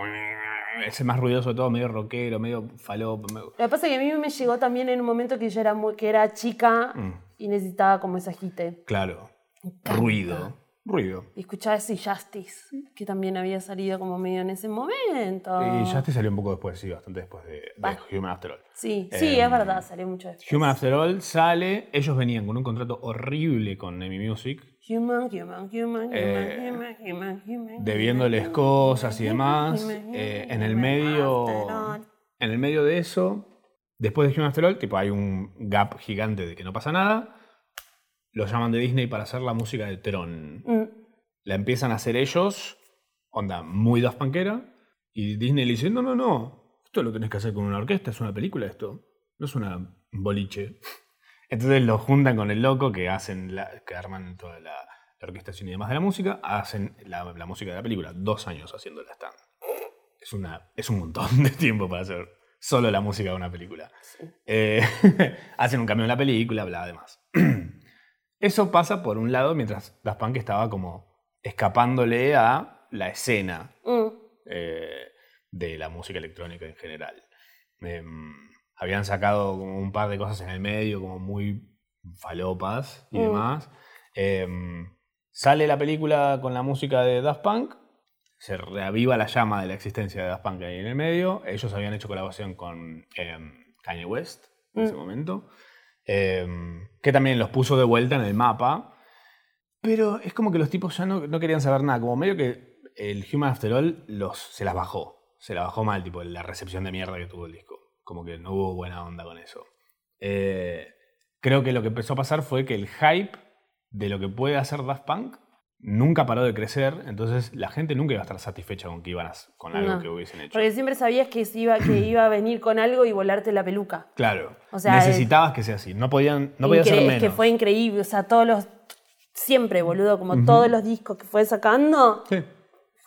Speaker 2: Es el más ruidoso de todo, medio rockero, medio falop. medio-
Speaker 1: Lo que pasa es que a mí me llegó también en un momento que yo era, muy, que era chica
Speaker 2: Mm.
Speaker 1: y necesitaba como ese agite.
Speaker 2: Claro.
Speaker 1: encanta.
Speaker 2: Ruido. Ruido.
Speaker 1: Y escuchaba ese Justice, que también había salido como medio en ese momento.
Speaker 2: Y ya te salió un poco después, sí, bastante después de, de
Speaker 1: Vale.
Speaker 2: Human After All.
Speaker 1: Sí, sí,
Speaker 2: Em,
Speaker 1: es verdad, salió mucho después.
Speaker 2: Human After All sale, ellos venían con un contrato horrible con Emi Music,
Speaker 1: Human, human, human, human,
Speaker 2: Eh,
Speaker 1: human, human, human,
Speaker 2: debiéndoles
Speaker 1: human,
Speaker 2: cosas y
Speaker 1: human,
Speaker 2: demás.
Speaker 1: human,
Speaker 2: Eh,
Speaker 1: human,
Speaker 2: en el
Speaker 1: human,
Speaker 2: medio,
Speaker 1: after all.
Speaker 2: en el medio de eso, después de Human After All, tipo hay un gap gigante de que no pasa nada. Los llaman de Disney para hacer la música de Tron.
Speaker 1: Mm,
Speaker 2: la empiezan a hacer ellos, onda muy Daft Punkera, y Disney le dice, no, no, no, esto lo tenés que hacer con una orquesta, es una película esto, no es una un boliche. Entonces lo juntan con el loco que hacen la- que arman toda la, la orquestación y demás de la música, hacen la, la música de la película, dos años haciéndola están. Es, una, es un montón de tiempo para hacer solo la música de una película.
Speaker 1: sí.
Speaker 2: Eh, hacen un cambio en la película, bla, demás. Eso pasa por un lado mientras Daft Punk estaba como escapándole a la escena
Speaker 1: Mm,
Speaker 2: eh, de la música electrónica en general. Em, habían sacado como un par de cosas en el medio, como muy falopas y
Speaker 1: Mm.
Speaker 2: demás. Em, sale la película con la música de Daft Punk, se reaviva la llama de la existencia de Daft Punk ahí en el medio. Ellos habían hecho colaboración con em, Kanye West en
Speaker 1: Mm.
Speaker 2: ese momento, em, que también los puso de vuelta en el mapa. Pero es como que los tipos ya no, no querían saber nada, como medio que el Human After All los, se las bajó, se las bajó mal, tipo la recepción de mierda que tuvo el disco. Como que no hubo buena onda con eso. Eh, creo que lo que empezó a pasar fue que el hype de lo que puede hacer Daft Punk nunca paró de crecer, entonces la gente nunca iba a estar satisfecha con que iban a- con algo
Speaker 1: No.
Speaker 2: que hubiesen hecho.
Speaker 1: Porque siempre sabías que, se iba, que iba a venir con algo y volarte la peluca.
Speaker 2: Claro,
Speaker 1: O sea,
Speaker 2: necesitabas que sea así, no podían, no podía ser
Speaker 1: Incre-
Speaker 2: menos.
Speaker 1: Es que fue increíble, o sea, todos los. Siempre, boludo, como todos los discos que fue sacando,
Speaker 2: Sí.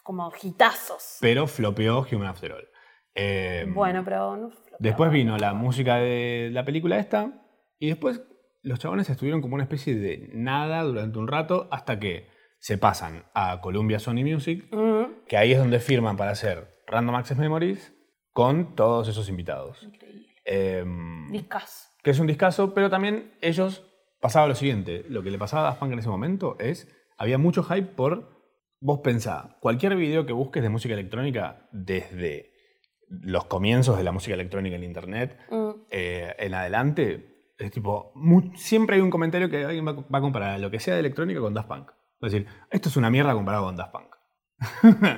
Speaker 1: como hitazos.
Speaker 2: Pero flopeó Human After All. Eh,
Speaker 1: bueno, pero. no-
Speaker 2: Después vino la música de la película esta. Y después los chabones estuvieron como una especie de nada durante un rato hasta que se pasan a Columbia Sony Music,
Speaker 1: Mm,
Speaker 2: que ahí es donde firman para hacer Random Access Memories con todos esos invitados.
Speaker 1: increíble.
Speaker 2: Em,
Speaker 1: Discazo.
Speaker 2: que es un discazo, pero también ellos pasaba lo siguiente. Lo que le pasaba a Daft Punk en ese momento es, había mucho hype por, vos pensá, cualquier video que busques de música electrónica desde los comienzos de la música electrónica en Internet,
Speaker 1: Mm,
Speaker 2: eh, en adelante, es tipo, mu- siempre hay un comentario que alguien va, a co- va a comparar lo que sea de electrónica con Daft Punk. Es decir, esto es una mierda comparado con Daft Punk.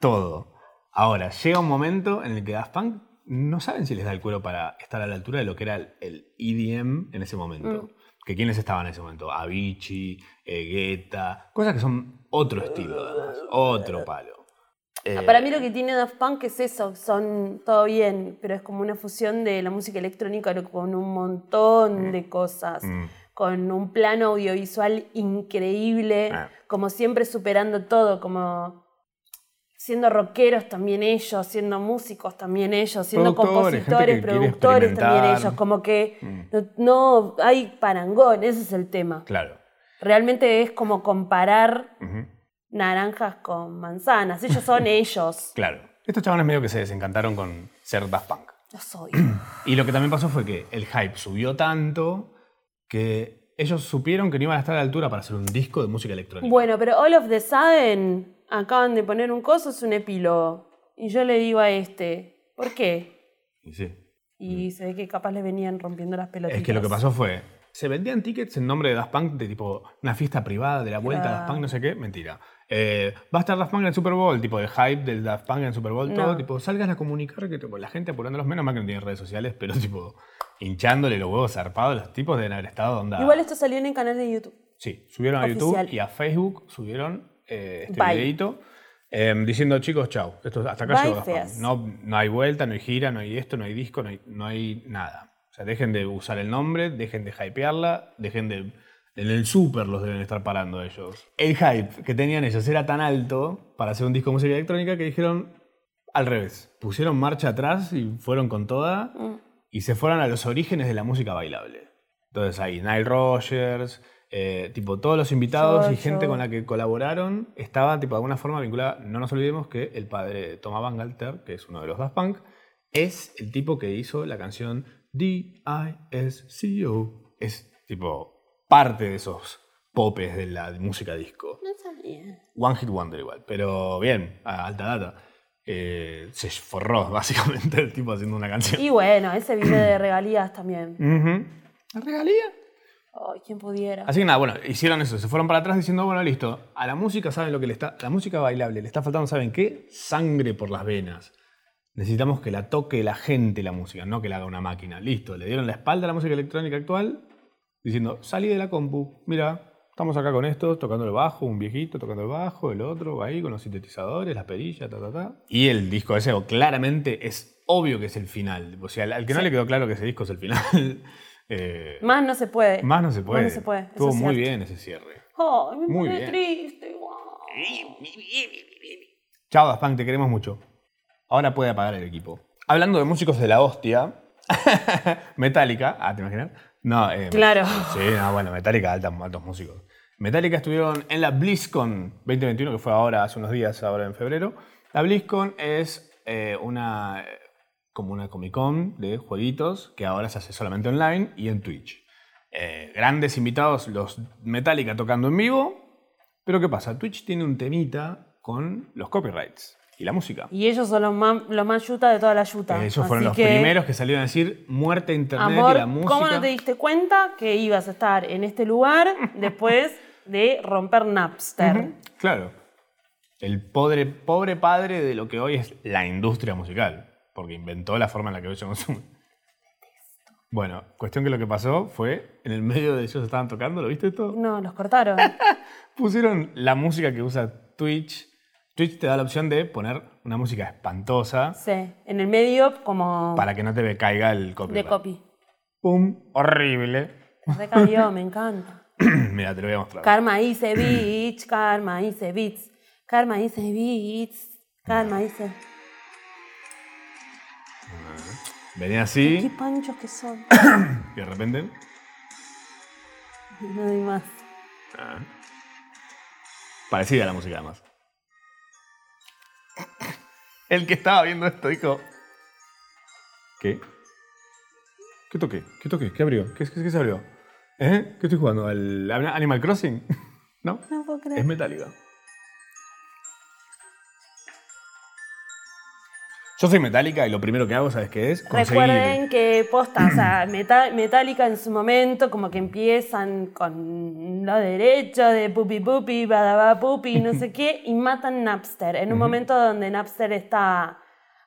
Speaker 2: Todo. Ahora, llega un momento en el que Daft Punk no saben si les da el cuero para estar a la altura de lo que era el- el EDM en ese momento.
Speaker 1: Mm.
Speaker 2: Que quiénes estaban en ese momento, Avicii, eh, Guetta, cosas que son otro estilo además, otro palo. Eh,
Speaker 1: Ah, Para mí lo que tiene Daft Punk es eso, son todo bien, pero es como una fusión de la música electrónica con un montón de cosas,
Speaker 2: mm,
Speaker 1: con un plano audiovisual increíble,
Speaker 2: Ah.
Speaker 1: como siempre superando todo, como siendo rockeros también ellos, siendo músicos también ellos, siendo
Speaker 2: Productores, gente
Speaker 1: compositores,
Speaker 2: que quiere
Speaker 1: productores también
Speaker 2: experimentar.
Speaker 1: ellos, como que
Speaker 2: Mm.
Speaker 1: no, no hay parangón, ese es el tema.
Speaker 2: claro.
Speaker 1: Realmente es como comparar
Speaker 2: Ujú.
Speaker 1: naranjas con manzanas. Ellos son ellos.
Speaker 2: Claro. Estos chavales medio que se desencantaron con ser Daft Punk.
Speaker 1: Los odio.
Speaker 2: Y lo que también pasó fue que el hype subió tanto que ellos supieron que no iban a estar a la altura para hacer un disco de música electrónica.
Speaker 1: Bueno, pero All of the Sudden acaban de poner un coso, es un epílogo. Y yo le digo a este, ¿por qué?
Speaker 2: Y sí.
Speaker 1: Y se ve que capaz les venían rompiendo las pelotas.
Speaker 2: Mm. Es que lo que pasó fue, se vendían tickets en nombre de Daft Punk, de tipo una fiesta privada de la vuelta a Daft Punk, no sé qué, mentira. Eh, va a estar Daft Punk en el Super Bowl, tipo el hype del Daft Punk en el Super Bowl,
Speaker 1: No.
Speaker 2: todo, tipo, salgan a comunicar que tipo, la gente apurándolos, menos mal que no tienen redes sociales, pero tipo, hinchándole los huevos zarpados, los tipos deben haber estado onda.
Speaker 1: Igual esto salió en el canal de YouTube.
Speaker 2: Sí, subieron a
Speaker 1: Oficial.
Speaker 2: YouTube y a Facebook subieron eh, este
Speaker 1: Bye.
Speaker 2: videito eh, diciendo chicos, chau, esto, hasta acá
Speaker 1: Bye,
Speaker 2: llegó Daft Punk.
Speaker 1: feas.
Speaker 2: No, no hay vuelta, no hay gira, no hay esto, no hay disco, no hay, no hay nada. O sea, dejen de usar el nombre, dejen de hypearla, dejen de... En el super los deben estar parando ellos. El hype que tenían ellos era tan alto para hacer un disco de música electrónica que dijeron al revés. Pusieron marcha atrás y fueron con toda y se fueron a los orígenes de la música bailable. Entonces ahí Nile Rogers, eh, tipo todos los invitados y
Speaker 1: Yo-Yo.
Speaker 2: gente con la que colaboraron estaba tipo de alguna forma vinculada. No nos olvidemos que el padre de Thomas Bangalter, que es uno de los Daft Punk, es el tipo que hizo la canción D-I-S-C-O. Es tipo parte de esos popes de la música disco.
Speaker 1: No sabía.
Speaker 2: One Hit Wonder igual, pero bien, a alta data. Eh, se forró básicamente el tipo haciendo una canción.
Speaker 1: Y bueno, ese video de regalías también.
Speaker 2: ¿Regalía?
Speaker 1: Ay, quién pudiera.
Speaker 2: Así que nada, bueno, hicieron eso, se fueron para atrás diciendo, bueno, listo, a la música saben lo que le está, la música bailable, le está faltando, ¿saben qué? Sangre por las venas. Necesitamos que la toque la gente la música, no que la haga una máquina. Listo, le dieron la espalda a la música electrónica actual, diciendo, salí de la compu, mira, estamos acá con estos, tocando el bajo, un viejito tocando el bajo, el otro, ahí con los sintetizadores, las perillas, ta, ta, ta. Y el disco ese, o claramente, es obvio que es el final. O sea, al, al que no le quedó claro que ese disco es el final, eh,
Speaker 1: Más no se puede.
Speaker 2: más no se puede.
Speaker 1: Más no se puede. eso
Speaker 2: Estuvo
Speaker 1: es
Speaker 2: muy
Speaker 1: cierto.
Speaker 2: bien ese cierre.
Speaker 1: Ay, me
Speaker 2: Muy
Speaker 1: pone
Speaker 2: bien.
Speaker 1: triste. guau.
Speaker 2: Chao, Daft Punk, te queremos mucho. Ahora puede apagar el equipo. Hablando de músicos de la hostia, Metallica, ah, ¿te imaginas? No, eh,
Speaker 1: Claro.
Speaker 2: Sí, no, bueno, Metallica, altas- altos músicos. Metallica estuvieron en la BlizzCon 2021, que fue ahora, hace unos días, ahora en febrero. La BlizzCon es eh, una, eh, como una Comic Con de jueguitos que ahora se hace solamente online y en Twitch. Eh, grandes invitados, los Metallica tocando en vivo. Pero ¿qué pasa? Twitch tiene un temita con los copyrights y la música. Eh,
Speaker 1: Y ellos son los más, los más yuta de toda la yuta.
Speaker 2: Ellos fueron
Speaker 1: Así
Speaker 2: los
Speaker 1: que,
Speaker 2: primeros que salieron a decir muerte a internet y
Speaker 1: Amor,
Speaker 2: la música.
Speaker 1: ¿cómo no te diste cuenta que ibas a estar en este lugar después de romper Napster?
Speaker 2: Claro. El pobre, pobre padre de lo que hoy es la industria musical, porque inventó la forma en la que hoy se consume. Bueno, cuestión que lo que pasó fue, en el medio de ellos estaban tocando, ¿lo viste esto?
Speaker 1: No, los cortaron.
Speaker 2: Pusieron la música que usa Twitch. Twitch te da la opción de poner una música espantosa
Speaker 1: sí, en el medio como
Speaker 2: para que no te caiga el
Speaker 1: de
Speaker 2: copyright.
Speaker 1: copy.
Speaker 2: ¡Pum! Horrible.
Speaker 1: Recayó, me encanta.
Speaker 2: Mira, te lo voy a mostrar.
Speaker 1: Karma hice bitch, karma hice beats, karma hice beats, karma hice...
Speaker 2: Venía
Speaker 1: Qué
Speaker 2: así
Speaker 1: panchos que son.
Speaker 2: y de repente...
Speaker 1: No hay más.
Speaker 2: Ah. Parecida a la música, además. El que estaba viendo esto dijo. ¿Qué? ¿Qué toqué? ¿Qué toqué? ¿Qué abrió? ¿Qué, qué- qué se abrió? ¿Eh? ¿Qué estoy jugando? ¿Al Animal Crossing? ¿No?
Speaker 1: No puedo creer.
Speaker 2: Es metálica. Yo soy metálica y lo primero que hago, ¿sabes qué es? Conseguir.
Speaker 1: Recuerden que posta, o sea, Meta- Metallica en su momento, como que empiezan con lo derecho de pupi pupi, badaba pupi, no sé qué, y matan Napster en un momento donde Napster está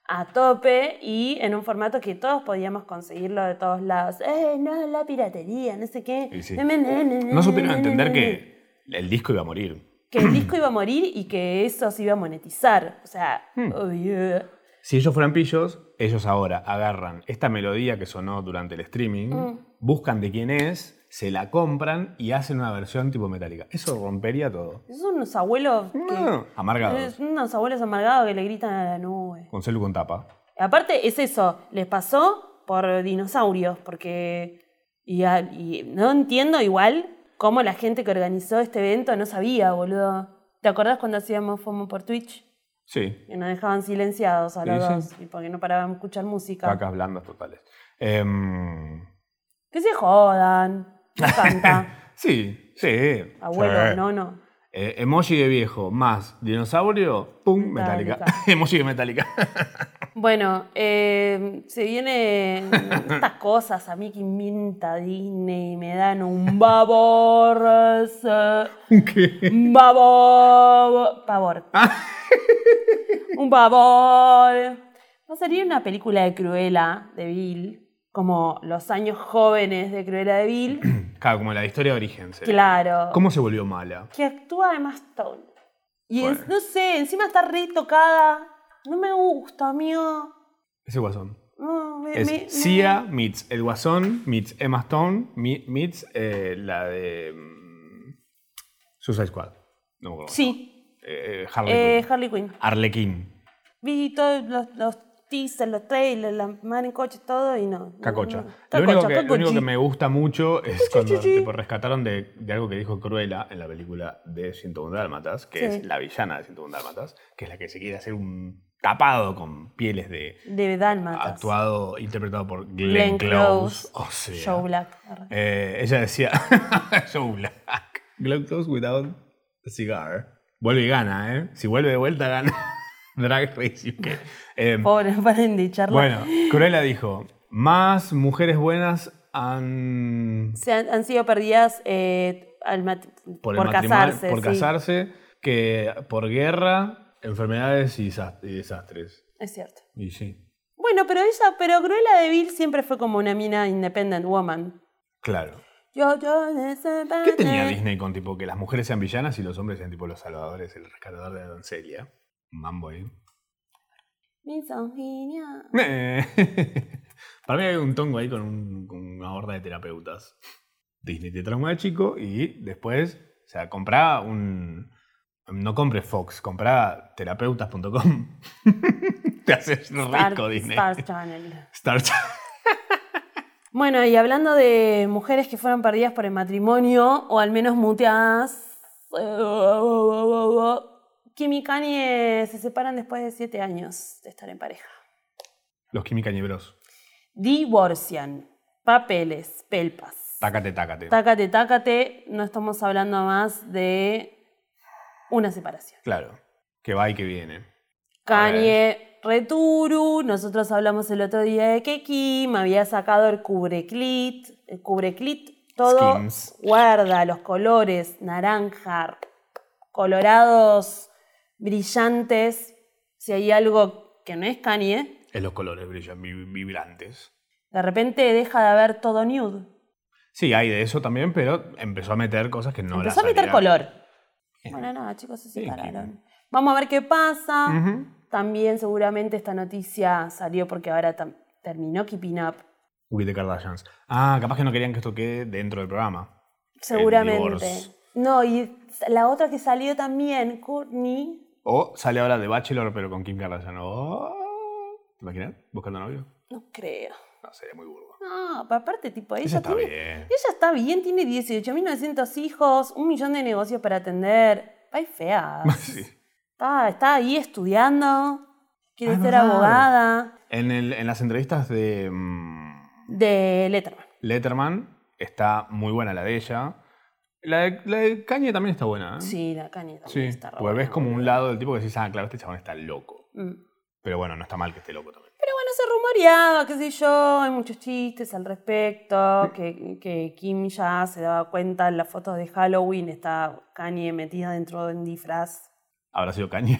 Speaker 1: a tope y en un formato que todos podíamos conseguirlo de todos lados. ¡Eh, no, la piratería, no sé qué!
Speaker 2: Y sí.
Speaker 1: No
Speaker 2: No supieron entender que el disco iba a morir.
Speaker 1: Que el disco iba a morir y que eso se iba a monetizar. O sea,
Speaker 2: Hmm.
Speaker 1: oh, yeah.
Speaker 2: Si ellos fueran pillos, ellos ahora agarran esta melodía que sonó durante el streaming,
Speaker 1: Mm.
Speaker 2: buscan de quién es, se la compran y hacen una versión tipo metálica. Eso rompería todo.
Speaker 1: son unos abuelos que-
Speaker 2: No, Amargados.
Speaker 1: Es unos abuelos amargados que le gritan a la nube.
Speaker 2: Con celu con tapa.
Speaker 1: Aparte, es eso, les pasó por dinosaurios, porque. Y, a- y no entiendo igual cómo la gente que organizó este evento no sabía, boludo. ¿Te acordás cuando hacíamos FOMO por Twitch?
Speaker 2: Sí.
Speaker 1: Que nos dejaban silenciados a los
Speaker 2: Sí,
Speaker 1: dos, y porque no paraban de escuchar música.
Speaker 2: Vacas blandas totales. Em,
Speaker 1: Que se jodan. Me encanta.
Speaker 2: sí, sí.
Speaker 1: Abuelo,
Speaker 2: Sí.
Speaker 1: no, no.
Speaker 2: Eh, emoji de viejo más dinosaurio, pum,
Speaker 1: Metallica.
Speaker 2: metálica. emoji de metálica.
Speaker 1: Bueno, eh, se vienen estas cosas. A mí que inventa Disney me dan un babor. eh, Un babor. Pavor. Un babor. Va a salir una película de Cruella de Bill, como los años jóvenes de Cruella de Bill.
Speaker 2: claro, como la historia de origen. sería.
Speaker 1: Claro.
Speaker 2: ¿Cómo se volvió mala?
Speaker 1: Que actúa Emma Stone. Y es-
Speaker 2: Bueno.
Speaker 1: no sé, encima está retocada. No me gusta, amigo.
Speaker 2: Ese guasón.
Speaker 1: No, me-
Speaker 2: Es
Speaker 1: me- me-
Speaker 2: Sia meets El Guasón, meets Emma Stone, mi- meets eh, la de mm, Suicide Squad. No me acuerdo.
Speaker 1: Sí,
Speaker 2: Eh, eh, Harley
Speaker 1: eh,
Speaker 2: Quinn.
Speaker 1: Harley Quinn.
Speaker 2: Arlequín.
Speaker 1: Vi todos los, los teasers, los trailers, la man en coche, todo y no. no,
Speaker 2: Cacocha.
Speaker 1: no.
Speaker 2: Lo,
Speaker 1: Uh, Cacocha,
Speaker 2: único que, lo único
Speaker 1: cacochi.
Speaker 2: que me gusta mucho es cuando
Speaker 1: chichi.
Speaker 2: tipo, rescataron de, de algo que dijo Cruella en la película de 101 Dálmatas, que
Speaker 1: Sí.
Speaker 2: es la villana de 101 Dálmatas, que es la que se quiere hacer un tapado con pieles de
Speaker 1: De Dalmatas.
Speaker 2: actuado, interpretado por
Speaker 1: Glenn
Speaker 2: Glenn, Close.
Speaker 1: Close.
Speaker 2: O sea,
Speaker 1: Joe Black. arre.
Speaker 2: eh, ella decía Joe Black. Glenn Close without a cigar. Vuelve y gana, ¿eh? Si vuelve de vuelta, gana. Drag Race UK. Em,
Speaker 1: Pobre, paren de charlar.
Speaker 2: bueno, Cruella dijo, más mujeres buenas han-
Speaker 1: Se han, han sido perdidas eh, al mat- por,
Speaker 2: por, el matrimonio-
Speaker 1: casarse.
Speaker 2: por
Speaker 1: sí.
Speaker 2: casarse que por guerra, enfermedades y desas- y desastres.
Speaker 1: Es cierto.
Speaker 2: Y sí,
Speaker 1: Bueno, pero ella, pero Cruella de Vil siempre fue como una mina independent woman.
Speaker 2: claro.
Speaker 1: Yo, yo, de-
Speaker 2: ¿Qué tenía Disney con tipo que las mujeres sean villanas y los hombres sean tipo los salvadores, el rescatador de la doncella? Un Mambo ahí.
Speaker 1: Misoginia.
Speaker 2: Eh, Para mí hay un tongo ahí con, un- con una horda de terapeutas. Disney te trauma de chico y después, o sea, comprá un... No compres Fox, comprá terapeutas.com. te haces rico
Speaker 1: Star-
Speaker 2: Disney.
Speaker 1: Star Channel.
Speaker 2: Star Channel.
Speaker 1: Bueno, y hablando de mujeres que fueron perdidas por el matrimonio, o al menos muteadas, eh, Kim y Kanye se separan después de siete años de estar en pareja.
Speaker 2: Los quimicañebros.
Speaker 1: Divorcian. Papeles, pelpas.
Speaker 2: Tácate, tácate.
Speaker 1: Tácate, tácate, no estamos hablando más de una separación.
Speaker 2: claro. Que va y que viene.
Speaker 1: Kanye Returu, nosotros hablamos el otro día de que Kim había sacado el cubreclit, el cubreclit, todo
Speaker 2: Skims.
Speaker 1: guarda los colores naranja, colorados, brillantes. Si hay algo que no es Kanye,
Speaker 2: Es los colores brillan vi- vibrantes.
Speaker 1: de repente deja de haber todo nude.
Speaker 2: Sí, hay de eso también, pero empezó a meter cosas que no
Speaker 1: Empezó a
Speaker 2: las
Speaker 1: meter
Speaker 2: haría.
Speaker 1: color. Bueno, nada, chicos, se separaron. Vamos a ver qué pasa.
Speaker 2: Ujú.
Speaker 1: También seguramente esta noticia salió porque ahora tam- terminó Keeping Up.
Speaker 2: with the Kardashians. Ah, capaz que no querían que esto quede dentro del programa.
Speaker 1: Seguramente.
Speaker 2: divorcio.
Speaker 1: No, y la otra que salió también, Courtney.
Speaker 2: O sale ahora de Bachelor, pero con Kim Kardashian. Oh, ¿Te imaginas? ¿Buscando novio?
Speaker 1: No creo.
Speaker 2: No, sería muy burdo.
Speaker 1: No, pero aparte, tipo, ella,
Speaker 2: Ella está
Speaker 1: tiene,
Speaker 2: bien.
Speaker 1: Ella está bien, tiene 18.900 hijos, un millón de negocios para atender. Ay, fea.
Speaker 2: Sí.
Speaker 1: Está, está ahí estudiando, quiere
Speaker 2: Ah,
Speaker 1: ser
Speaker 2: verdad.
Speaker 1: abogada
Speaker 2: En, el- en las entrevistas de mm,
Speaker 1: de Letterman.
Speaker 2: Letterman está muy buena la de ella. La de, la de Kanye también está buena. ¿eh?
Speaker 1: Sí, la caña
Speaker 2: Sí,
Speaker 1: también está re
Speaker 2: porque ves
Speaker 1: buena,
Speaker 2: como un
Speaker 1: boludo.
Speaker 2: lado del tipo que decís, ah, claro, este chabón está loco.
Speaker 1: Mm.
Speaker 2: Pero bueno, no está mal que esté loco también.
Speaker 1: Pero bueno, se rumoreaba, qué sé yo, hay muchos chistes al respecto, que, que Kim ya se daba cuenta en las fotos de Halloween, está Kanye metida dentro de un disfraz.
Speaker 2: Habrá sido Kanye.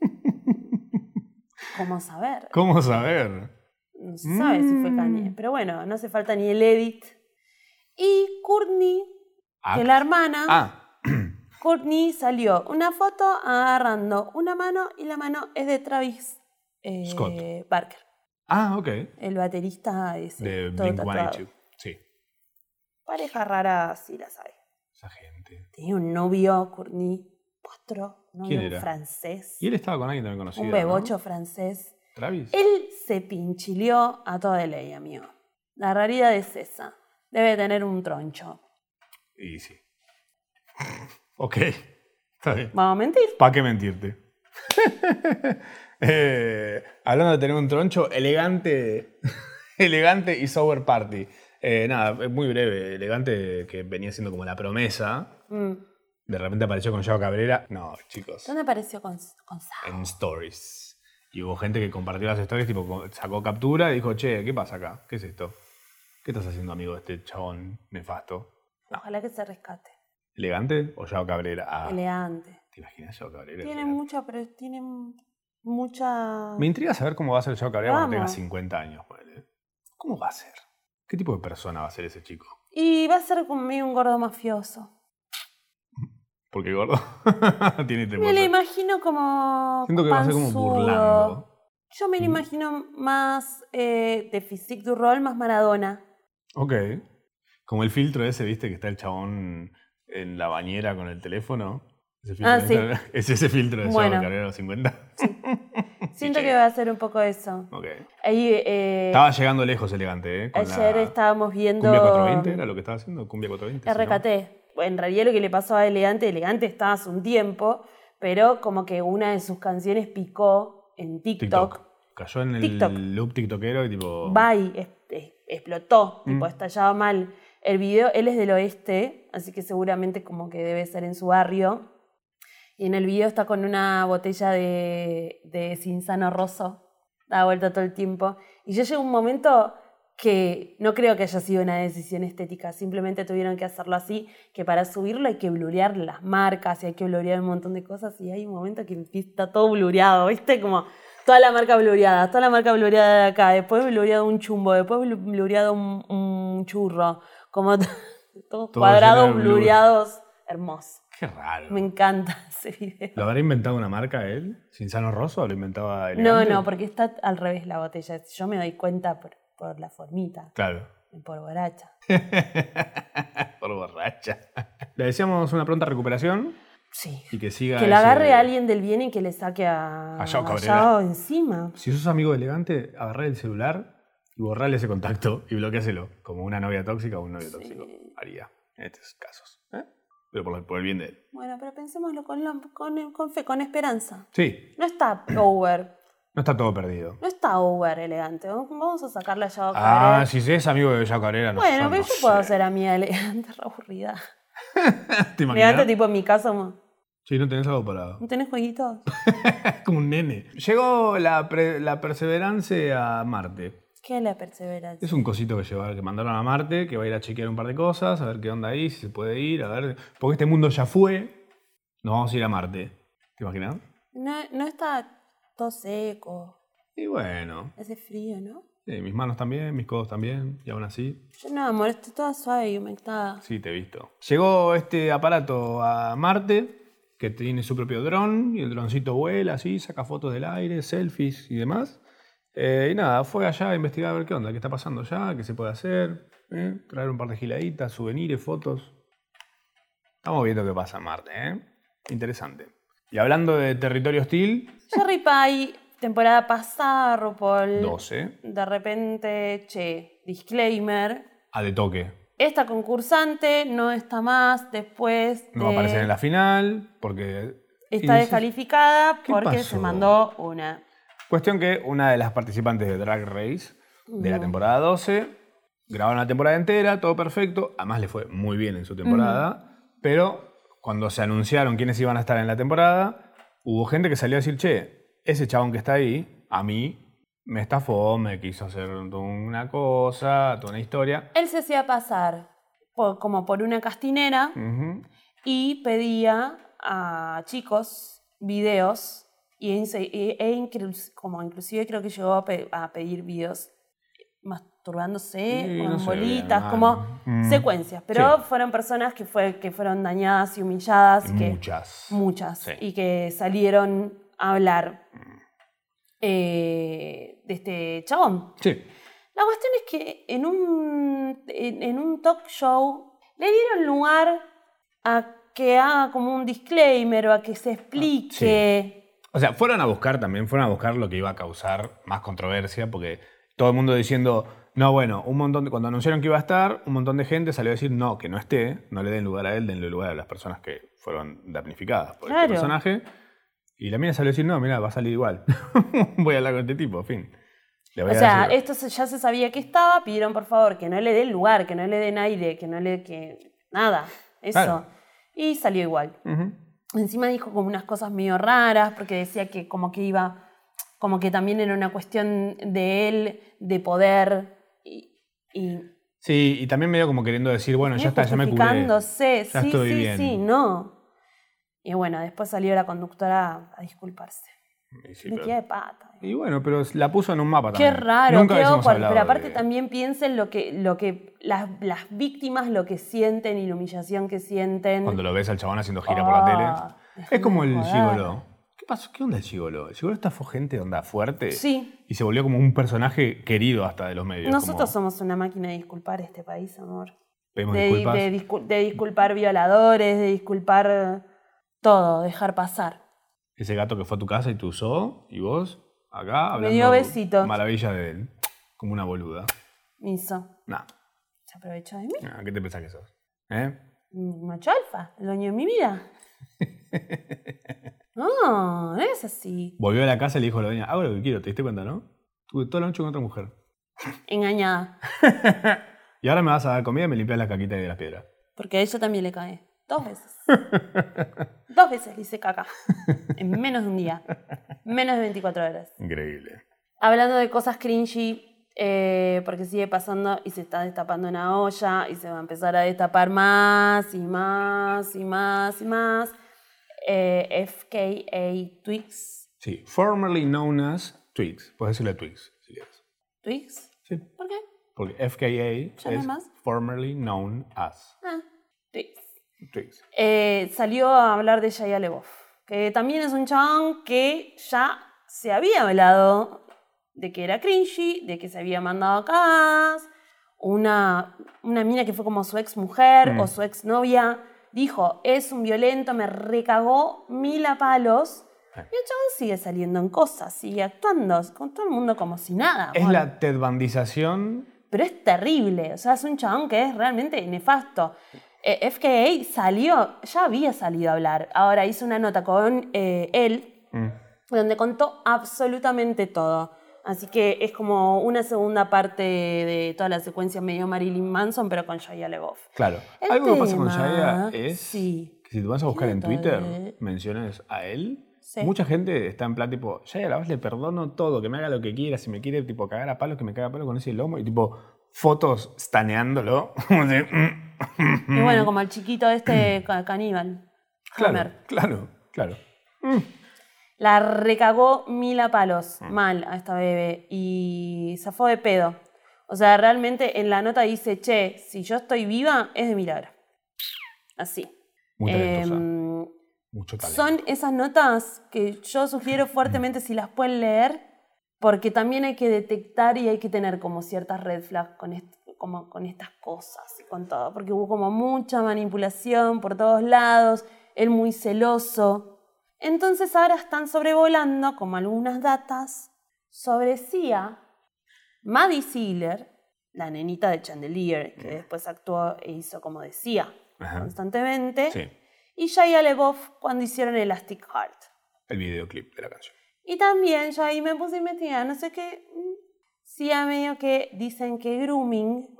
Speaker 1: ¿Cómo saber?
Speaker 2: ¿Cómo saber?
Speaker 1: No se sabe si fue
Speaker 2: Mm.
Speaker 1: Kanye. Pero bueno, no hace falta ni el edit. Y Courtney,
Speaker 2: Ah,
Speaker 1: que la hermana,
Speaker 2: ah,
Speaker 1: Courtney salió una foto agarrando una mano y la mano es de Travis eh,
Speaker 2: Scott.
Speaker 1: Barker,
Speaker 2: ah, ok.
Speaker 1: el baterista ese,
Speaker 2: De
Speaker 1: todo
Speaker 2: Blink
Speaker 1: tatuado.
Speaker 2: 182. Sí,
Speaker 1: Pareja rara, sí la sabe.
Speaker 2: esa gente.
Speaker 1: Tenía un novio, Courtney, otro novio
Speaker 2: ¿Quién era?
Speaker 1: francés,
Speaker 2: Y él estaba con alguien también conocido.
Speaker 1: un
Speaker 2: ¿no?
Speaker 1: bebocho Eh. francés.
Speaker 2: Travis.
Speaker 1: Él se pinchileó a toda ley, amigo. La raridad es esa. Debe tener un troncho.
Speaker 2: Y sí. ok. Está bien.
Speaker 1: ¿Vamos a mentir?
Speaker 2: ¿Para qué mentirte? Eh, hablando de tener un troncho, elegante, elegante y sober party. Eh, nada, es muy breve. Elegante que venía siendo como la promesa.
Speaker 1: Mm.
Speaker 2: De repente apareció con Yao Cabrera. No, chicos.
Speaker 1: ¿Dónde apareció con, con Sa-
Speaker 2: En stories. Y hubo gente que compartió las stories, tipo, co- sacó captura y dijo, che, ¿qué pasa acá? ¿Qué es esto? ¿Qué estás haciendo, amigo, de este chabón nefasto?
Speaker 1: Ojalá que se rescate.
Speaker 2: ¿Elegante o Yao Cabrera? Ah,
Speaker 1: Elegante.
Speaker 2: ¿Te imaginas Yao Cabrera?
Speaker 1: Tiene
Speaker 2: Elegante.
Speaker 1: mucha, pero tiene mucha.
Speaker 2: Me intriga saber cómo va a ser Chavo Cabrera cuando tenga
Speaker 1: Vamos.
Speaker 2: 50 años. ponele. ¿Cómo va a ser? ¿Qué tipo de persona va a ser ese chico?
Speaker 1: Y va a ser conmigo un gordo mafioso.
Speaker 2: Porque gordo tiene temor.
Speaker 1: Me lo imagino como.
Speaker 2: Siento que va a ser como
Speaker 1: panzudo.
Speaker 2: burlando.
Speaker 1: Yo me lo
Speaker 2: Mm.
Speaker 1: imagino más eh, de physique du rol, más Maradona.
Speaker 2: Ok. Como el filtro ese, viste, que está el chabón en la bañera con el teléfono. Ese filtro
Speaker 1: Ah,
Speaker 2: de
Speaker 1: sí.
Speaker 2: Instagram. Es ese filtro de
Speaker 1: Bueno.
Speaker 2: Chavo Cabrera de los 50.
Speaker 1: Siento
Speaker 2: Sí.
Speaker 1: que va a ser un poco eso.
Speaker 2: Ok.
Speaker 1: Ahí, eh,
Speaker 2: Estaba llegando lejos elegante, ¿eh? Con
Speaker 1: ayer
Speaker 2: la
Speaker 1: estábamos viendo.
Speaker 2: Cumbia 420 era lo que estaba haciendo. Cumbia 420. se llama.
Speaker 1: RKT. En realidad lo que le pasó a Elegante, Elegante estaba hace un tiempo, pero como que una de sus canciones picó en TikTok.
Speaker 2: TikTok. Cayó en el
Speaker 1: TikTok.
Speaker 2: loop tiktokero y tipo.
Speaker 1: Bye, es- es- explotó,
Speaker 2: Mm.
Speaker 1: tipo, estallaba mal. El video, él es del oeste, así que seguramente como que debe ser en su barrio. Y en el video está con una botella de, de Cinzano Rosso, da vuelta todo el tiempo. Y yo llego a un momento que no creo que haya sido una decisión estética, simplemente tuvieron que hacerlo así, que para subirlo hay que blurear las marcas y hay que blurear un montón de cosas y hay un momento que está todo blureado, ¿viste? Como toda la marca blureada, toda la marca blureada de acá, después blureado un chumbo, después blu- blureado un, un churro, como to- todos
Speaker 2: Todo
Speaker 1: cuadrados,
Speaker 2: lleno de blur.
Speaker 1: blureados, hermoso.
Speaker 2: Qué raro.
Speaker 1: Me encanta ese video.
Speaker 2: ¿Lo habrá inventado una marca él? ¿Cinzano Rosso o lo inventaba él?
Speaker 1: No, no, porque está al revés la botella. Yo me doy cuenta por, por la formita,
Speaker 2: Claro.
Speaker 1: por borracha.
Speaker 2: Por borracha. Le deseamos una pronta recuperación
Speaker 1: Sí.
Speaker 2: y que siga.
Speaker 1: Que lo
Speaker 2: ese-
Speaker 1: agarre a alguien del bien y que le saque a,
Speaker 2: A Yao
Speaker 1: a
Speaker 2: Cabrera.
Speaker 1: Yao encima.
Speaker 2: Si sos amigo de elegante, agarrá el celular y borrale ese contacto y bloqueáselo. Como una novia tóxica o un novio tóxico. Haría en estos casos. ¿eh? Pero por, por el bien de él.
Speaker 1: Bueno, pero pensémoslo con, la- con, con fe, con esperanza.
Speaker 2: Sí,
Speaker 1: No está over,
Speaker 2: no está todo perdido.
Speaker 1: no está over elegante. Vamos a sacarle a Yao Cabrera.
Speaker 2: Ah, si es amigo de Yao Cabrera, no
Speaker 1: bueno,
Speaker 2: no
Speaker 1: pero yo
Speaker 2: sé.
Speaker 1: puedo ser amiga de elegante, re aburrida.
Speaker 2: ¿Te
Speaker 1: Elegante,
Speaker 2: imaginas?
Speaker 1: tipo en mi casa, mo-
Speaker 2: Sí, no tenés algo parado.
Speaker 1: ¿no tenés jueguitos?
Speaker 2: Como un nene. Llegó la, pre- la perseverancia a Marte.
Speaker 1: ¿Qué es la perseverancia?
Speaker 2: Es un cosito que llevar, que mandaron a Marte, que va a ir a chequear un par de cosas, a ver qué onda ahí, si se puede ir, a ver. Porque este mundo ya fue, nos vamos a ir a Marte. ¿Te imaginas?
Speaker 1: No, no está todo seco,
Speaker 2: Y bueno,
Speaker 1: hace frío, ¿no?
Speaker 2: eh, mis manos también, mis codos también, y aún así,
Speaker 1: Yo no, amor, estoy toda suave y humectada.
Speaker 2: sí te he visto. Llegó este aparato a Marte, que tiene su propio dron, y el droncito vuela así, saca fotos del aire, selfies y demás. Eh, y nada, fue allá a investigar a ver qué onda, qué está pasando allá, qué se puede hacer, ¿eh? traer un par de giladitas, souvenirs, fotos. Estamos viendo qué pasa en Marte, ¿eh? Interesante. Y hablando de territorio hostil,
Speaker 1: Jerry Pie, temporada pasada, RuPaul.
Speaker 2: 12,
Speaker 1: De repente, che, disclaimer.
Speaker 2: a de toque.
Speaker 1: Esta concursante no está más después de...
Speaker 2: No va a aparecer en la final, porque...
Speaker 1: Está
Speaker 2: y dices-
Speaker 1: descalificada
Speaker 2: ¿qué
Speaker 1: porque se
Speaker 2: pasó?
Speaker 1: mandó una.
Speaker 2: Cuestión que una de las participantes de Drag Race de la temporada 12 grabaron la temporada entera, todo perfecto. Además le fue muy bien en su temporada. Pero cuando se anunciaron quiénes iban a estar en la temporada, hubo gente que salió a decir, che, ese chabón que está ahí, a mí me estafó, me quiso hacer una cosa, toda una historia.
Speaker 1: Él se hacía pasar por- como por una castinera
Speaker 2: Ujú.
Speaker 1: y pedía a chicos videos y inse- e, e inclu- como inclusive creo que llegó a, pe- a pedir videos masturbándose
Speaker 2: Y
Speaker 1: con
Speaker 2: no sé
Speaker 1: bolitas,
Speaker 2: bien,
Speaker 1: como
Speaker 2: mm,
Speaker 1: secuencias. Pero
Speaker 2: sí.
Speaker 1: fueron personas que, fue, que fueron dañadas y humilladas. y que,
Speaker 2: Muchas.
Speaker 1: Muchas.
Speaker 2: Sí.
Speaker 1: Y que salieron a hablar eh, de este chabón.
Speaker 2: Sí.
Speaker 1: La cuestión es que en un, en, en un talk show le dieron lugar a que haga como un disclaimer o a que se explique.
Speaker 2: O sea, fueron a buscar también, fueron a buscar lo que iba a causar más controversia, porque todo el mundo diciendo, no, bueno, un montón de, cuando anunciaron que iba a estar, un montón de gente salió a decir, no, que no esté, no le den lugar a él, denle lugar a las personas que fueron damnificadas por
Speaker 1: Claro.
Speaker 2: este personaje. Y la mina salió a decir, no, mira, va a salir igual. voy a hablar con este tipo, fin. Le voy
Speaker 1: o
Speaker 2: a
Speaker 1: sea,
Speaker 2: decir-
Speaker 1: esto se- ya se sabía que estaba, pidieron por favor que no le den lugar, que no le den aire, que no le... que nada, eso.
Speaker 2: Claro.
Speaker 1: Y salió igual.
Speaker 2: Ujú.
Speaker 1: Encima dijo como unas cosas medio raras, porque decía que como que iba, como que también era una cuestión de él, de poder, y, y
Speaker 2: Sí, y también medio como queriendo decir, bueno, ya está, ya me curé.
Speaker 1: justificándose,
Speaker 2: Ya
Speaker 1: sí,
Speaker 2: estoy
Speaker 1: sí,
Speaker 2: bien.
Speaker 1: sí, no. Y bueno, después salió la conductora a disculparse.
Speaker 2: Y sí,
Speaker 1: Me
Speaker 2: pero-
Speaker 1: quedé de pata.
Speaker 2: Y bueno, pero la puso en un mapa
Speaker 1: Qué
Speaker 2: también.
Speaker 1: raro,
Speaker 2: Nunca
Speaker 1: qué
Speaker 2: hubiésemos
Speaker 1: awkward,
Speaker 2: hablado
Speaker 1: Pero aparte
Speaker 2: de-
Speaker 1: también piensen lo que, lo que las, las víctimas lo que sienten y la humillación que sienten.
Speaker 2: Cuando lo ves al chabón haciendo gira por la
Speaker 1: Mm. Ah,
Speaker 2: tele.
Speaker 1: déjame
Speaker 2: Es como el
Speaker 1: joder.
Speaker 2: gigolo. ¿Qué pasó? ¿Qué onda el gigolo? El gigolo estafó gente de onda fuerte.
Speaker 1: Sí.
Speaker 2: Y se volvió como un personaje querido hasta de los medios.
Speaker 1: Nosotros
Speaker 2: como,
Speaker 1: somos una máquina de disculpar este país, amor.
Speaker 2: pedimos
Speaker 1: De,
Speaker 2: disculpas.
Speaker 1: de discul- de disculpar violadores, de disculpar todo, dejar pasar.
Speaker 2: Ese gato que fue a tu casa y te usó. Y vos, acá, hablando.
Speaker 1: Me dio besitos.
Speaker 2: Maravilla de él. Como una boluda.
Speaker 1: Miso,
Speaker 2: Nah.
Speaker 1: se aprovechó de mí.
Speaker 2: nah, ¿Qué te pensás que sos? ¿Eh?
Speaker 1: Un Macho alfa, el dueño de mi vida. No, no es así.
Speaker 2: Volvió a la casa y le dijo a la dueña, hago lo que quiero, ¿te diste cuenta, no? Tuve toda la noche con otra mujer.
Speaker 1: Engañada.
Speaker 2: Y ahora me vas a dar comida y me limpias las caquitas de las piedras.
Speaker 1: Porque a ella también le cae. Dos veces. Dos veces le hice caca. En menos de un día. Menos de 24 horas.
Speaker 2: Increíble.
Speaker 1: Hablando de cosas cringy, eh, porque sigue pasando y se está destapando una olla y se va a empezar a destapar más y más y más y más. Eh, FKA Twix.
Speaker 2: Sí, formerly known as Twigs. Puedes decirle Twigs, si quieres.
Speaker 1: ¿Twix?
Speaker 2: Sí.
Speaker 1: ¿Por qué?
Speaker 2: Porque FKA
Speaker 1: ¿Ya no hay
Speaker 2: es
Speaker 1: más?
Speaker 2: formerly known as
Speaker 1: Ah, Twix.
Speaker 2: Twigs.
Speaker 1: Eh, salió a hablar de Shia LeBoff, que también es un chabón que ya se había hablado de que era cringy, de que se había mandado acá, una, una mina que fue como su ex mujer
Speaker 2: Mm.
Speaker 1: o su ex novia, dijo, es un violento, me recagó mil a palos. Y
Speaker 2: Sí.
Speaker 1: el chabón sigue saliendo en cosas, sigue actuando con todo el mundo como si nada.
Speaker 2: Es
Speaker 1: amor.
Speaker 2: la Ted Bandización.
Speaker 1: Pero es terrible, o sea, es un chabón que es realmente nefasto. Eh, FKA salió, ya había salido a hablar, ahora hizo una nota con eh, él
Speaker 2: Mm.
Speaker 1: donde contó absolutamente todo. Así que es como una segunda parte de toda la secuencia medio Marilyn Manson, pero con Shia LeBoff.
Speaker 2: Claro.
Speaker 1: El
Speaker 2: Algo que pasa con
Speaker 1: tema,
Speaker 2: Shaya es
Speaker 1: sí.
Speaker 2: que si tú vas a buscar en
Speaker 1: Quiero
Speaker 2: Twitter
Speaker 1: saber.
Speaker 2: menciones a él,
Speaker 1: Sí.
Speaker 2: mucha gente está en plan tipo, Shaya la voz le perdono todo, que me haga lo que quiera, si me quiere tipo cagar a palo, que me caga a palo con ese lomo y tipo fotos staneándolo. como de, mm.
Speaker 1: Y bueno, como el chiquito este ca- caníbal. Hammer.
Speaker 2: claro, claro, claro.
Speaker 1: La recagó mil a palos,
Speaker 2: Mm.
Speaker 1: mal a esta bebé, y zafó de pedo. O sea, realmente en la nota dice, che, si yo estoy viva, es de milagro. Así.
Speaker 2: Muy talentosa.
Speaker 1: Em,
Speaker 2: Mucho talento.
Speaker 1: son esas notas que yo
Speaker 2: Mm.
Speaker 1: sugiero fuertemente si las pueden leer, porque también hay que detectar y hay que tener como ciertas red flags con, est- como con estas cosas y con todo, porque hubo como mucha manipulación por todos lados, él muy celoso. Entonces ahora están sobrevolando como algunas datas sobre Sia, Maddie Sealer, la nenita de Chandelier, que después actuó e hizo como decía
Speaker 2: Mm. Ajá.
Speaker 1: constantemente
Speaker 2: Sí,
Speaker 1: y Shia LeBoff cuando hicieron Elastic Heart.
Speaker 2: el videoclip de la canción.
Speaker 1: Y también yo ahí me puse a investigar, no sé qué, mm, sí a medio que dicen que grooming,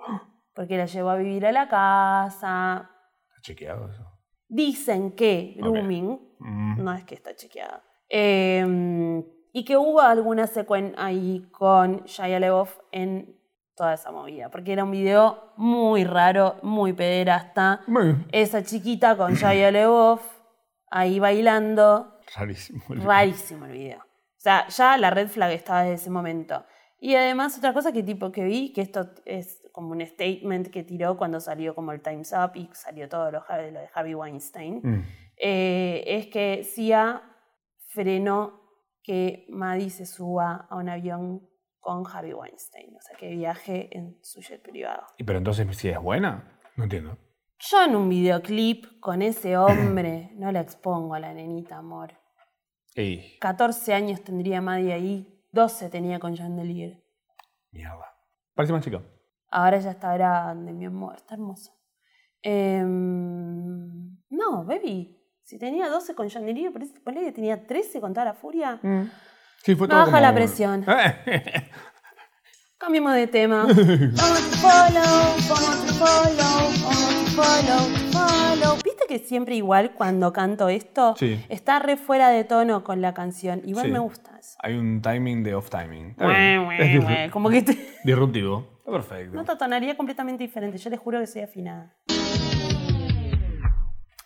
Speaker 1: porque la llevó a vivir a la casa,
Speaker 2: ¿Está chequeado eso?
Speaker 1: dicen que grooming,
Speaker 2: Mm.
Speaker 1: no es que está chequeada, eh, Y que hubo alguna secuen ahí con Shia LaBeouf en toda esa movida. Porque era un video muy raro, muy pederasta.
Speaker 2: Bueno,
Speaker 1: Esa chiquita con Shia LaBeouf ahí bailando.
Speaker 2: rarísimo.
Speaker 1: Rarísimo el video. O sea, ya la red flag estaba desde ese momento. Y además, otra cosa que tipo que vi, que esto es como un statement que tiró cuando salió como el Time's Up y salió todo lo, de lo de Harvey Weinstein,
Speaker 2: Mm.
Speaker 1: eh, es que Sia frenó que Maddie se suba a un avión con Harvey Weinstein, o sea, que viaje en su jet privado.
Speaker 2: Y Pero entonces, si es buena, no entiendo.
Speaker 1: Yo en un videoclip con ese hombre no la expongo a la nenita, amor.
Speaker 2: Ey,
Speaker 1: 14 años tendría Maddie ahí, 12 tenía con Chandelier.
Speaker 2: mierda. Parece más chica.
Speaker 1: Ahora ya está grande, mi amor, está hermoso. Em, no, baby, si tenía 12 con Chandelier, parece- ponle que tenía 13 con toda la furia.
Speaker 2: Mm. Sí, fue
Speaker 1: Baja
Speaker 2: como-
Speaker 1: la presión. Cambiemos de tema. Follow, follow, follow, follow, follow. ¿Viste que siempre igual cuando canto esto
Speaker 2: Sí.
Speaker 1: está re fuera de tono con la canción? Igual
Speaker 2: Sí.
Speaker 1: me gusta eso.
Speaker 2: Hay un timing de off timing. Está
Speaker 1: Mue,
Speaker 2: bien. Es
Speaker 1: mue, mue,
Speaker 2: disru-
Speaker 1: Como que te...
Speaker 2: disruptivo. Está perfecto.
Speaker 1: Nota tonaría completamente diferente, yo les juro que soy afinada.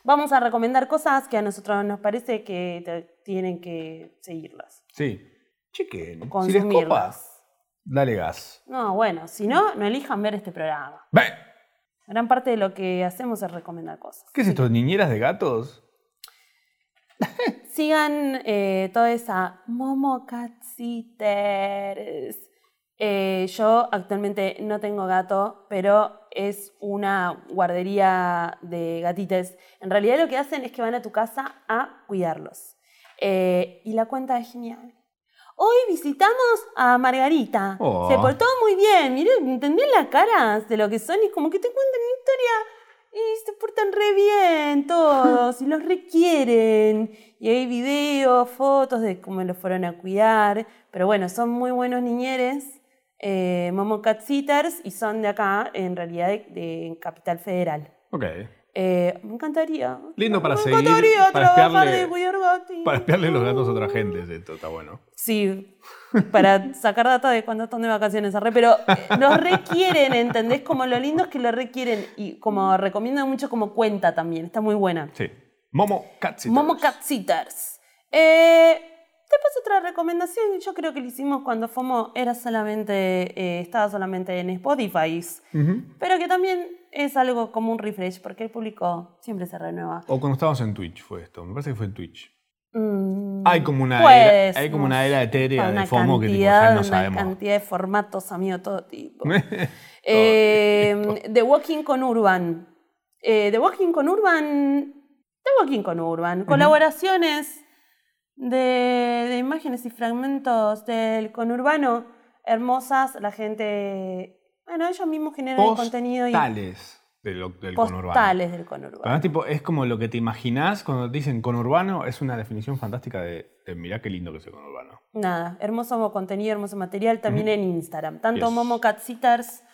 Speaker 1: Vamos a recomendar cosas que a nosotros nos parece que te- tienen que seguirlas,
Speaker 2: Sí. Chequen. Si les copa,
Speaker 1: consumirlas.
Speaker 2: dale gas.
Speaker 1: no, bueno, si no, no elijan ver este programa.
Speaker 2: Ve.
Speaker 1: Gran parte de lo que hacemos es recomendar cosas.
Speaker 2: ¿Qué es esto? ¿Niñeras de gatos?
Speaker 1: Sigan eh, toda esa Momo Cat Sitters. Eh, yo actualmente no tengo gato, pero es una guardería de gatites. En realidad lo que hacen es que van a tu casa a cuidarlos. Eh, y la cuenta es genial. Hoy visitamos a Margarita.
Speaker 2: Oh.
Speaker 1: Se portó muy bien. Mirá, ¿entendés las caras de lo que son? Y como que te cuentan una historia y se portan re bien todos y los requieren. Y hay videos, fotos de cómo los fueron a cuidar. Pero bueno, son muy buenos niñeres, eh, Momo Cat Sitters, y son de acá, en realidad de, de Capital Federal.
Speaker 2: Ok.
Speaker 1: Eh, me encantaría.
Speaker 2: Lindo para
Speaker 1: me
Speaker 2: seguir,
Speaker 1: encantaría
Speaker 2: para
Speaker 1: trabajar
Speaker 2: espiarle-
Speaker 1: de cuidar gatos.
Speaker 2: Para espiarle los gatos a otra gente, es esto está bueno.
Speaker 1: Sí, para sacar data de cuando están de vacaciones, arre, pero eh, los requieren, ¿entendés? Como lo lindo es que lo requieren y como recomiendo mucho como cuenta también, está muy buena.
Speaker 2: Sí. Momo Catsy.
Speaker 1: Momo Cat Sitters. Eh, después otra recomendación, yo creo que lo hicimos cuando FOMO era solamente, eh, estaba solamente en Spotify, pero que también es algo como un refresh, porque el público siempre se renueva.
Speaker 2: O cuando estábamos en Twitch fue esto. Me parece que fue en Twitch.
Speaker 1: Mm,
Speaker 2: Hay como una
Speaker 1: pues,
Speaker 2: era, hay como
Speaker 1: no
Speaker 2: una era etérea
Speaker 1: Una
Speaker 2: de FOMO que tipo,
Speaker 1: cantidad,
Speaker 2: ya no
Speaker 1: una
Speaker 2: sabemos.
Speaker 1: cantidad de formatos, amigo, todo tipo. Eh, The Walking con Urban. Eh, The Walking con Urban. The Walking con Urban. Colaboraciones de, de imágenes y fragmentos del conurbano. Hermosas, la gente. Bueno, ellos mismos generan el contenido y
Speaker 2: Postales de lo- del conurbano.
Speaker 1: postales del conurbano.
Speaker 2: Además, tipo, es como lo que te imaginás cuando te dicen conurbano, es una definición fantástica de, de mirá qué lindo que es el conurbano.
Speaker 1: Nada, hermoso contenido, hermoso material también en Instagram. Tanto
Speaker 2: Yes.
Speaker 1: Momo Cat Sitters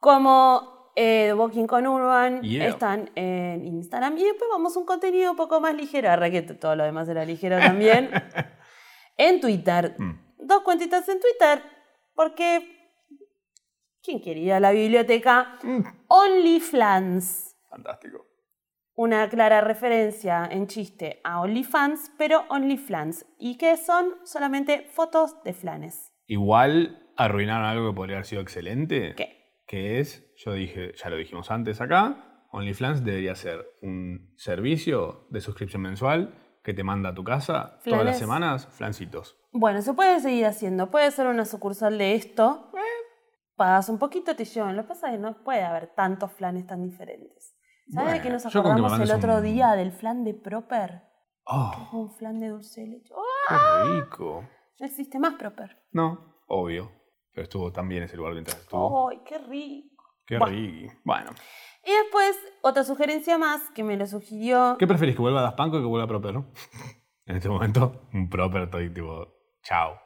Speaker 1: como eh, The Walking con Urban
Speaker 2: Yeah.
Speaker 1: están en Instagram. Y después vamos a un contenido un poco más ligero. Arre que todo lo demás era ligero también. en Twitter.
Speaker 2: Mm.
Speaker 1: Dos cuentitas en Twitter. Porque. ¿Quién quería ir a la biblioteca?
Speaker 2: Mm,
Speaker 1: OnlyFans
Speaker 2: fantástico.
Speaker 1: una clara referencia en chiste a OnlyFans, pero OnlyFans, y que son solamente fotos de flanes.
Speaker 2: Igual arruinaron algo que podría haber sido excelente.
Speaker 1: ¿Qué?
Speaker 2: Que es, yo dije, ya lo dijimos antes acá, OnlyFans debería ser un servicio de suscripción mensual que te manda a tu casa todas
Speaker 1: Flanes.
Speaker 2: las semanas, flancitos.
Speaker 1: Bueno, se puede seguir haciendo, puede ser una sucursal de esto. Eh, Pagas un poquito, te llevan. Lo que pasa es que no puede haber tantos flanes tan diferentes. ¿Sabes de
Speaker 2: Bueno,
Speaker 1: que nos
Speaker 2: yo con que me
Speaker 1: acordamos el
Speaker 2: mandes
Speaker 1: otro
Speaker 2: un-
Speaker 1: día del flan de Proper?
Speaker 2: ¡Oh,
Speaker 1: Un flan de dulce de leche. ¡Oh!
Speaker 2: qué rico!
Speaker 1: No existe más Proper.
Speaker 2: No, obvio. Pero estuvo tan bien ese lugar mientras estuvo.
Speaker 1: ¡Ay, qué rico!
Speaker 2: Qué
Speaker 1: bueno.
Speaker 2: rico. Bueno,
Speaker 1: Y después, otra sugerencia más que me lo sugirió.
Speaker 2: ¿qué preferís? ¿Que vuelva a Das Punk o que vuelva a Proper? en este momento, un Proper estoy tipo, chao.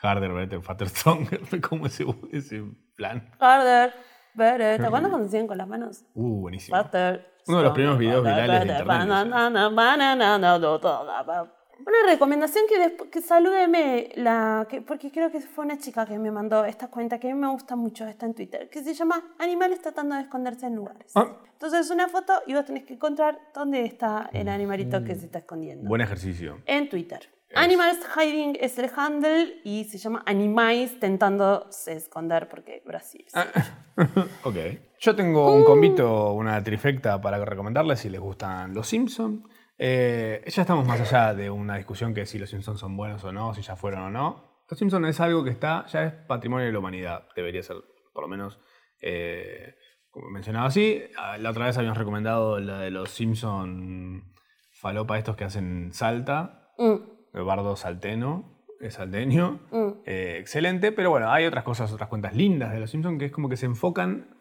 Speaker 2: Harder, better, faster, stronger. Fue como ese, ese plan.
Speaker 1: Harder, better. ¿Te acuerdas cuando hacían con las manos?
Speaker 2: Uh, buenísimo.
Speaker 1: Butter,
Speaker 2: Uno de los primeros
Speaker 1: stronger,
Speaker 2: videos virales de
Speaker 1: butter,
Speaker 2: internet,
Speaker 1: banana, banana, banana, Una recomendación que, después, que salúdeme, la, que, porque creo que fue una chica que me mandó esta cuenta que a mí me gusta mucho, está en Twitter, que se llama Animales tratando de esconderse en lugares.
Speaker 2: Ah.
Speaker 1: Entonces es una foto y vos tenés que encontrar dónde está el animalito que se está escondiendo.
Speaker 2: Mm. Buen ejercicio.
Speaker 1: En Twitter. Animals Hiding es el handle y se llama Animais tentándose esconder porque Brasil.
Speaker 2: Ah.
Speaker 1: sí.
Speaker 2: ok. Yo tengo un convito, una trifecta para recomendarles si les gustan los Simpsons. ya estamos más allá de una discusión que si los Simpsons son buenos o no, si ya fueron o no. Los Simpsons es algo que está, ya es patrimonio de la humanidad. Debería ser, por lo menos, eh, como mencionaba así. Ah, La otra vez habíamos recomendado la de los Simpson falopa, estos que hacen salta.
Speaker 1: Mm,
Speaker 2: El bardo salteno, eh, salteño.
Speaker 1: mm.
Speaker 2: Eh, excelente, pero bueno, hay otras cosas, otras cuentas lindas de los Simpsons que es como que se enfocan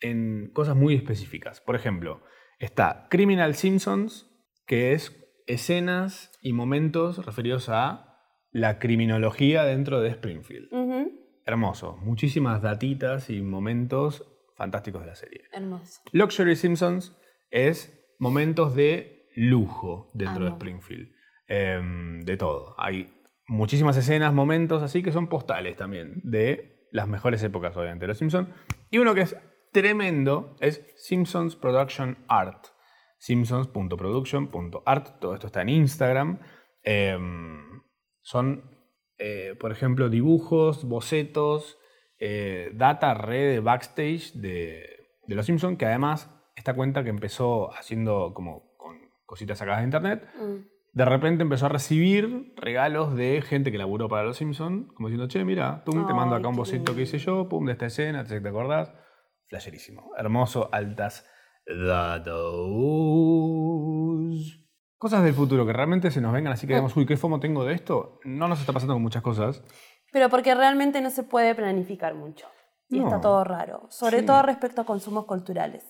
Speaker 2: en cosas muy específicas. Por ejemplo, está Criminal Simpsons, que es escenas y momentos referidos a la criminología dentro de Springfield.
Speaker 1: Ujú.
Speaker 2: Hermoso, muchísimas datitas y momentos fantásticos de la serie.
Speaker 1: Hermoso.
Speaker 2: Luxury Simpsons es momentos de lujo dentro de
Speaker 1: Amo.
Speaker 2: Springfield. Em, de todo. Hay muchísimas escenas, momentos así que son postales también de las mejores épocas, obviamente, de los Simpsons. Y uno que es tremendo es Simpsons Production Art. Simpsons.production.art. Todo esto está en Instagram. Em, son, eh, por ejemplo, dibujos, bocetos, eh, data red de backstage de, de Los Simpsons, que además esta cuenta que empezó haciendo como con cositas sacadas de internet,
Speaker 1: Mm.
Speaker 2: de repente empezó a recibir regalos de gente que laburó para Los Simpsons, como diciendo, che, mira, pum, te mando
Speaker 1: Ay,
Speaker 2: acá un
Speaker 1: qué
Speaker 2: boceto que hice yo, pum, de esta escena, te te acordás. Flasherísimo. Hermoso, altas datos. Cosas del futuro que realmente se nos vengan, así que
Speaker 1: Ah.
Speaker 2: digamos, uy, qué fomo tengo de esto. No nos está pasando con muchas cosas.
Speaker 1: Pero porque realmente no se puede planificar mucho. Y
Speaker 2: No.
Speaker 1: está todo raro. Sobre
Speaker 2: Sí.
Speaker 1: todo respecto a consumos culturales.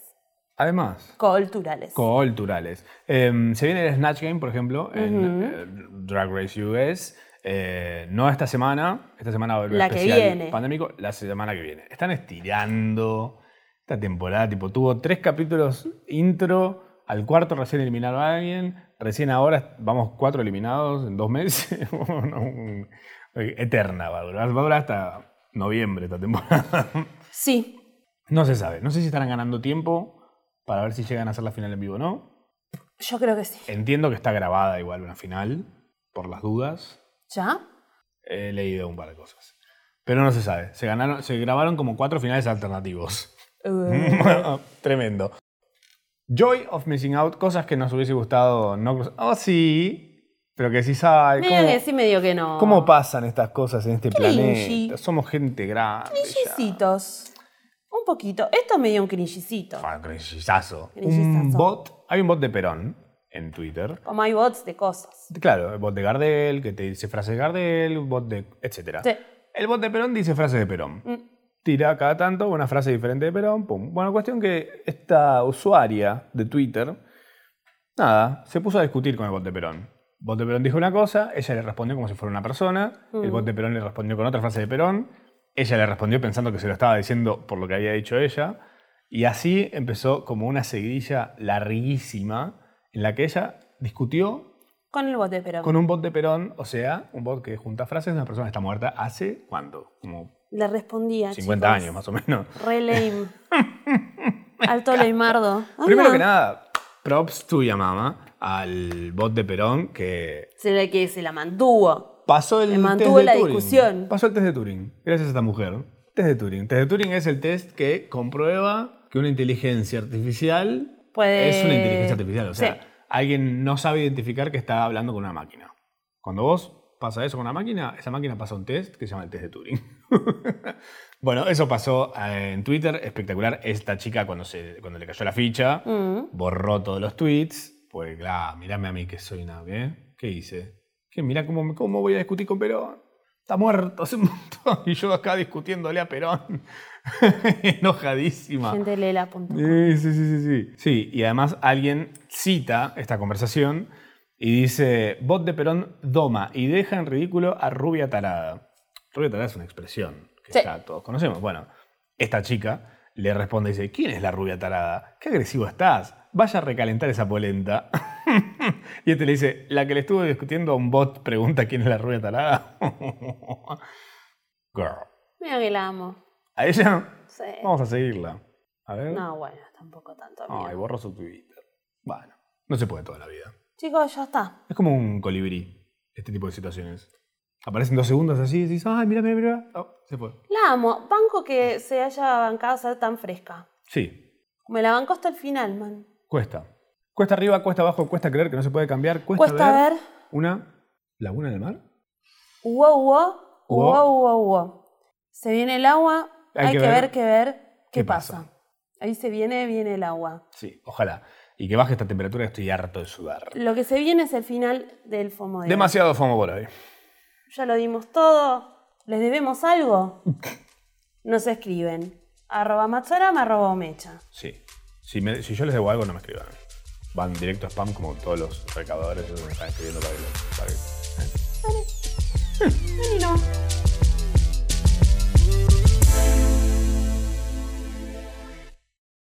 Speaker 2: Además,
Speaker 1: Culturales.
Speaker 2: culturales. Em, se viene el Snatch Game, por ejemplo, en eh, Drag Race US. Eh, no esta semana, esta semana va a haber un
Speaker 1: La que
Speaker 2: especial
Speaker 1: viene.
Speaker 2: pandémico, la semana que viene. Están estirando esta temporada, tipo, tuvo tres capítulos intro, al cuarto recién eliminaron a alguien, recién ahora vamos cuatro eliminados en dos meses. Bueno, un- Eterna va a durar, va a durar hasta noviembre esta temporada.
Speaker 1: sí.
Speaker 2: No se sabe. No sé si estarán ganando tiempo para ver si llegan a hacer la final en vivo o no.
Speaker 1: Yo creo que sí.
Speaker 2: Entiendo que está grabada igual una final, por las dudas.
Speaker 1: ¿Ya?
Speaker 2: He leído un par de cosas. Pero no se sabe. Se, ganaron, se grabaron como cuatro finales alternativos.
Speaker 1: Eh,
Speaker 2: Tremendo. Joy of Missing Out, cosas que nos hubiese gustado no cruzar. Oh, sí. Pero que sí sabe.
Speaker 1: medio
Speaker 2: ¿Cómo,
Speaker 1: que sí, medio que no.
Speaker 2: cómo pasan estas cosas en este planeta?
Speaker 1: cringy.
Speaker 2: Somos gente grande. ya.
Speaker 1: Crinchicitos. Un poquito. Esto es medio un crinchicito.
Speaker 2: Fue un cringizazo. Un
Speaker 1: Cringizazo.
Speaker 2: bot. Hay un bot de Perón en Twitter.
Speaker 1: Como hay bots de cosas.
Speaker 2: Claro, el bot de Gardel, que te dice frases de Gardel, bot de. etcétera.
Speaker 1: Sí.
Speaker 2: El bot de Perón dice frases de Perón.
Speaker 1: Mm.
Speaker 2: Tira cada tanto una frase diferente de Perón, pum. Bueno, cuestión que esta usuaria de Twitter, nada, se puso a discutir con el bot de Perón. El bot de Perón dijo una cosa, ella le respondió como si fuera una persona,
Speaker 1: Mm.
Speaker 2: el bot de Perón le respondió con otra frase de Perón, ella le respondió pensando que se lo estaba diciendo por lo que había dicho ella, y así empezó como una seguidilla larguísima en la que ella discutió
Speaker 1: Con el bot de Perón.
Speaker 2: con un bot de Perón, o sea, un bot que junta frases de una persona que está muerta hace cuánto? Como
Speaker 1: Le respondía.
Speaker 2: 50
Speaker 1: Ah, chicos.
Speaker 2: años más o menos.
Speaker 1: Re lame. Alto leimardo.
Speaker 2: Primero
Speaker 1: Ajá.
Speaker 2: que nada, props tuya, mamá, al bot de Perón que
Speaker 1: Se ve que se la mantuvo.
Speaker 2: pasó el
Speaker 1: Le
Speaker 2: test
Speaker 1: mantuvo
Speaker 2: de
Speaker 1: la
Speaker 2: Turing.
Speaker 1: discusión.
Speaker 2: Pasó el test de Turing, gracias a esta mujer. Test de Turing. Test de Turing es el test que comprueba que una inteligencia artificial
Speaker 1: Puede-
Speaker 2: es una inteligencia artificial. O sea,
Speaker 1: Pues, Sí.
Speaker 2: alguien no sabe identificar que está hablando con una máquina. Cuando vos pasa eso con una máquina, esa máquina pasa un test que se llama el test de Turing. bueno, eso pasó eh, en Twitter. Espectacular. Esta chica cuando, se, cuando le cayó la ficha
Speaker 1: Mm.
Speaker 2: borró todos los tweets, pues claro, mírame a mí que soy una, ¿eh? ¿Qué hice? Que mira cómo, me- cómo voy a discutir con Perón. Está muerto hace un montón y yo acá discutiéndole a Perón. Enojadísima.
Speaker 1: Gente lela. punto.
Speaker 2: Sí, sí, sí, sí, sí. Sí, y además alguien cita esta conversación y dice, bot de Perón doma y deja en ridículo a Rubia Tarada. Rubia Tarada es una expresión que
Speaker 1: Sí.
Speaker 2: ya todos conocemos. Bueno, esta chica le responde y dice, ¿quién es la Rubia Tarada? ¿Qué agresivo estás? Vaya a recalentar esa polenta. Y este le dice, la que le estuvo discutiendo a un bot pregunta quién es la rubia tarada. Girl.
Speaker 1: Mira que la amo.
Speaker 2: A ella
Speaker 1: Sí.
Speaker 2: vamos a seguirla. A ver.
Speaker 1: No, bueno, tampoco tanto.
Speaker 2: Ay,
Speaker 1: amigo.
Speaker 2: borro su Twitter. Bueno, no se puede toda la vida.
Speaker 1: Chicos, ya está.
Speaker 2: Es como un colibrí, este tipo de situaciones. Aparecen dos segundos así y dices, ay, mira, mira, mira. Oh, se fue.
Speaker 1: La amo. Banco que se haya bancado a ser tan fresca.
Speaker 2: Sí,
Speaker 1: Me la banco hasta el final, man.
Speaker 2: cuesta. Cuesta arriba, cuesta abajo, cuesta creer que no se puede cambiar, cuesta,
Speaker 1: Cuesta
Speaker 2: ver,
Speaker 1: ver.
Speaker 2: una laguna del mar.
Speaker 1: Uo, uo,
Speaker 2: Uo.
Speaker 1: uo, uo, uo. Se viene el agua, hay, que, ver, que ver qué,
Speaker 2: qué
Speaker 1: pasa.
Speaker 2: pasa.
Speaker 1: Ahí se viene, viene el agua.
Speaker 2: Sí, ojalá. Y que baje esta temperatura, estoy harto de sudar.
Speaker 1: Lo que se viene es el final del FOMODEM.
Speaker 2: Demasiado fomo por hoy.
Speaker 1: Ya lo dimos todo. ¿Les debemos algo? Nos escriben. Arroba Matsorama, arroba Omecha.
Speaker 2: Sí. Si, me- si yo les debo algo, no me escriban. Van directo a spam como todos los recaudadores esos que me están escribiendo para que... lo- para que-
Speaker 1: Vení nomás.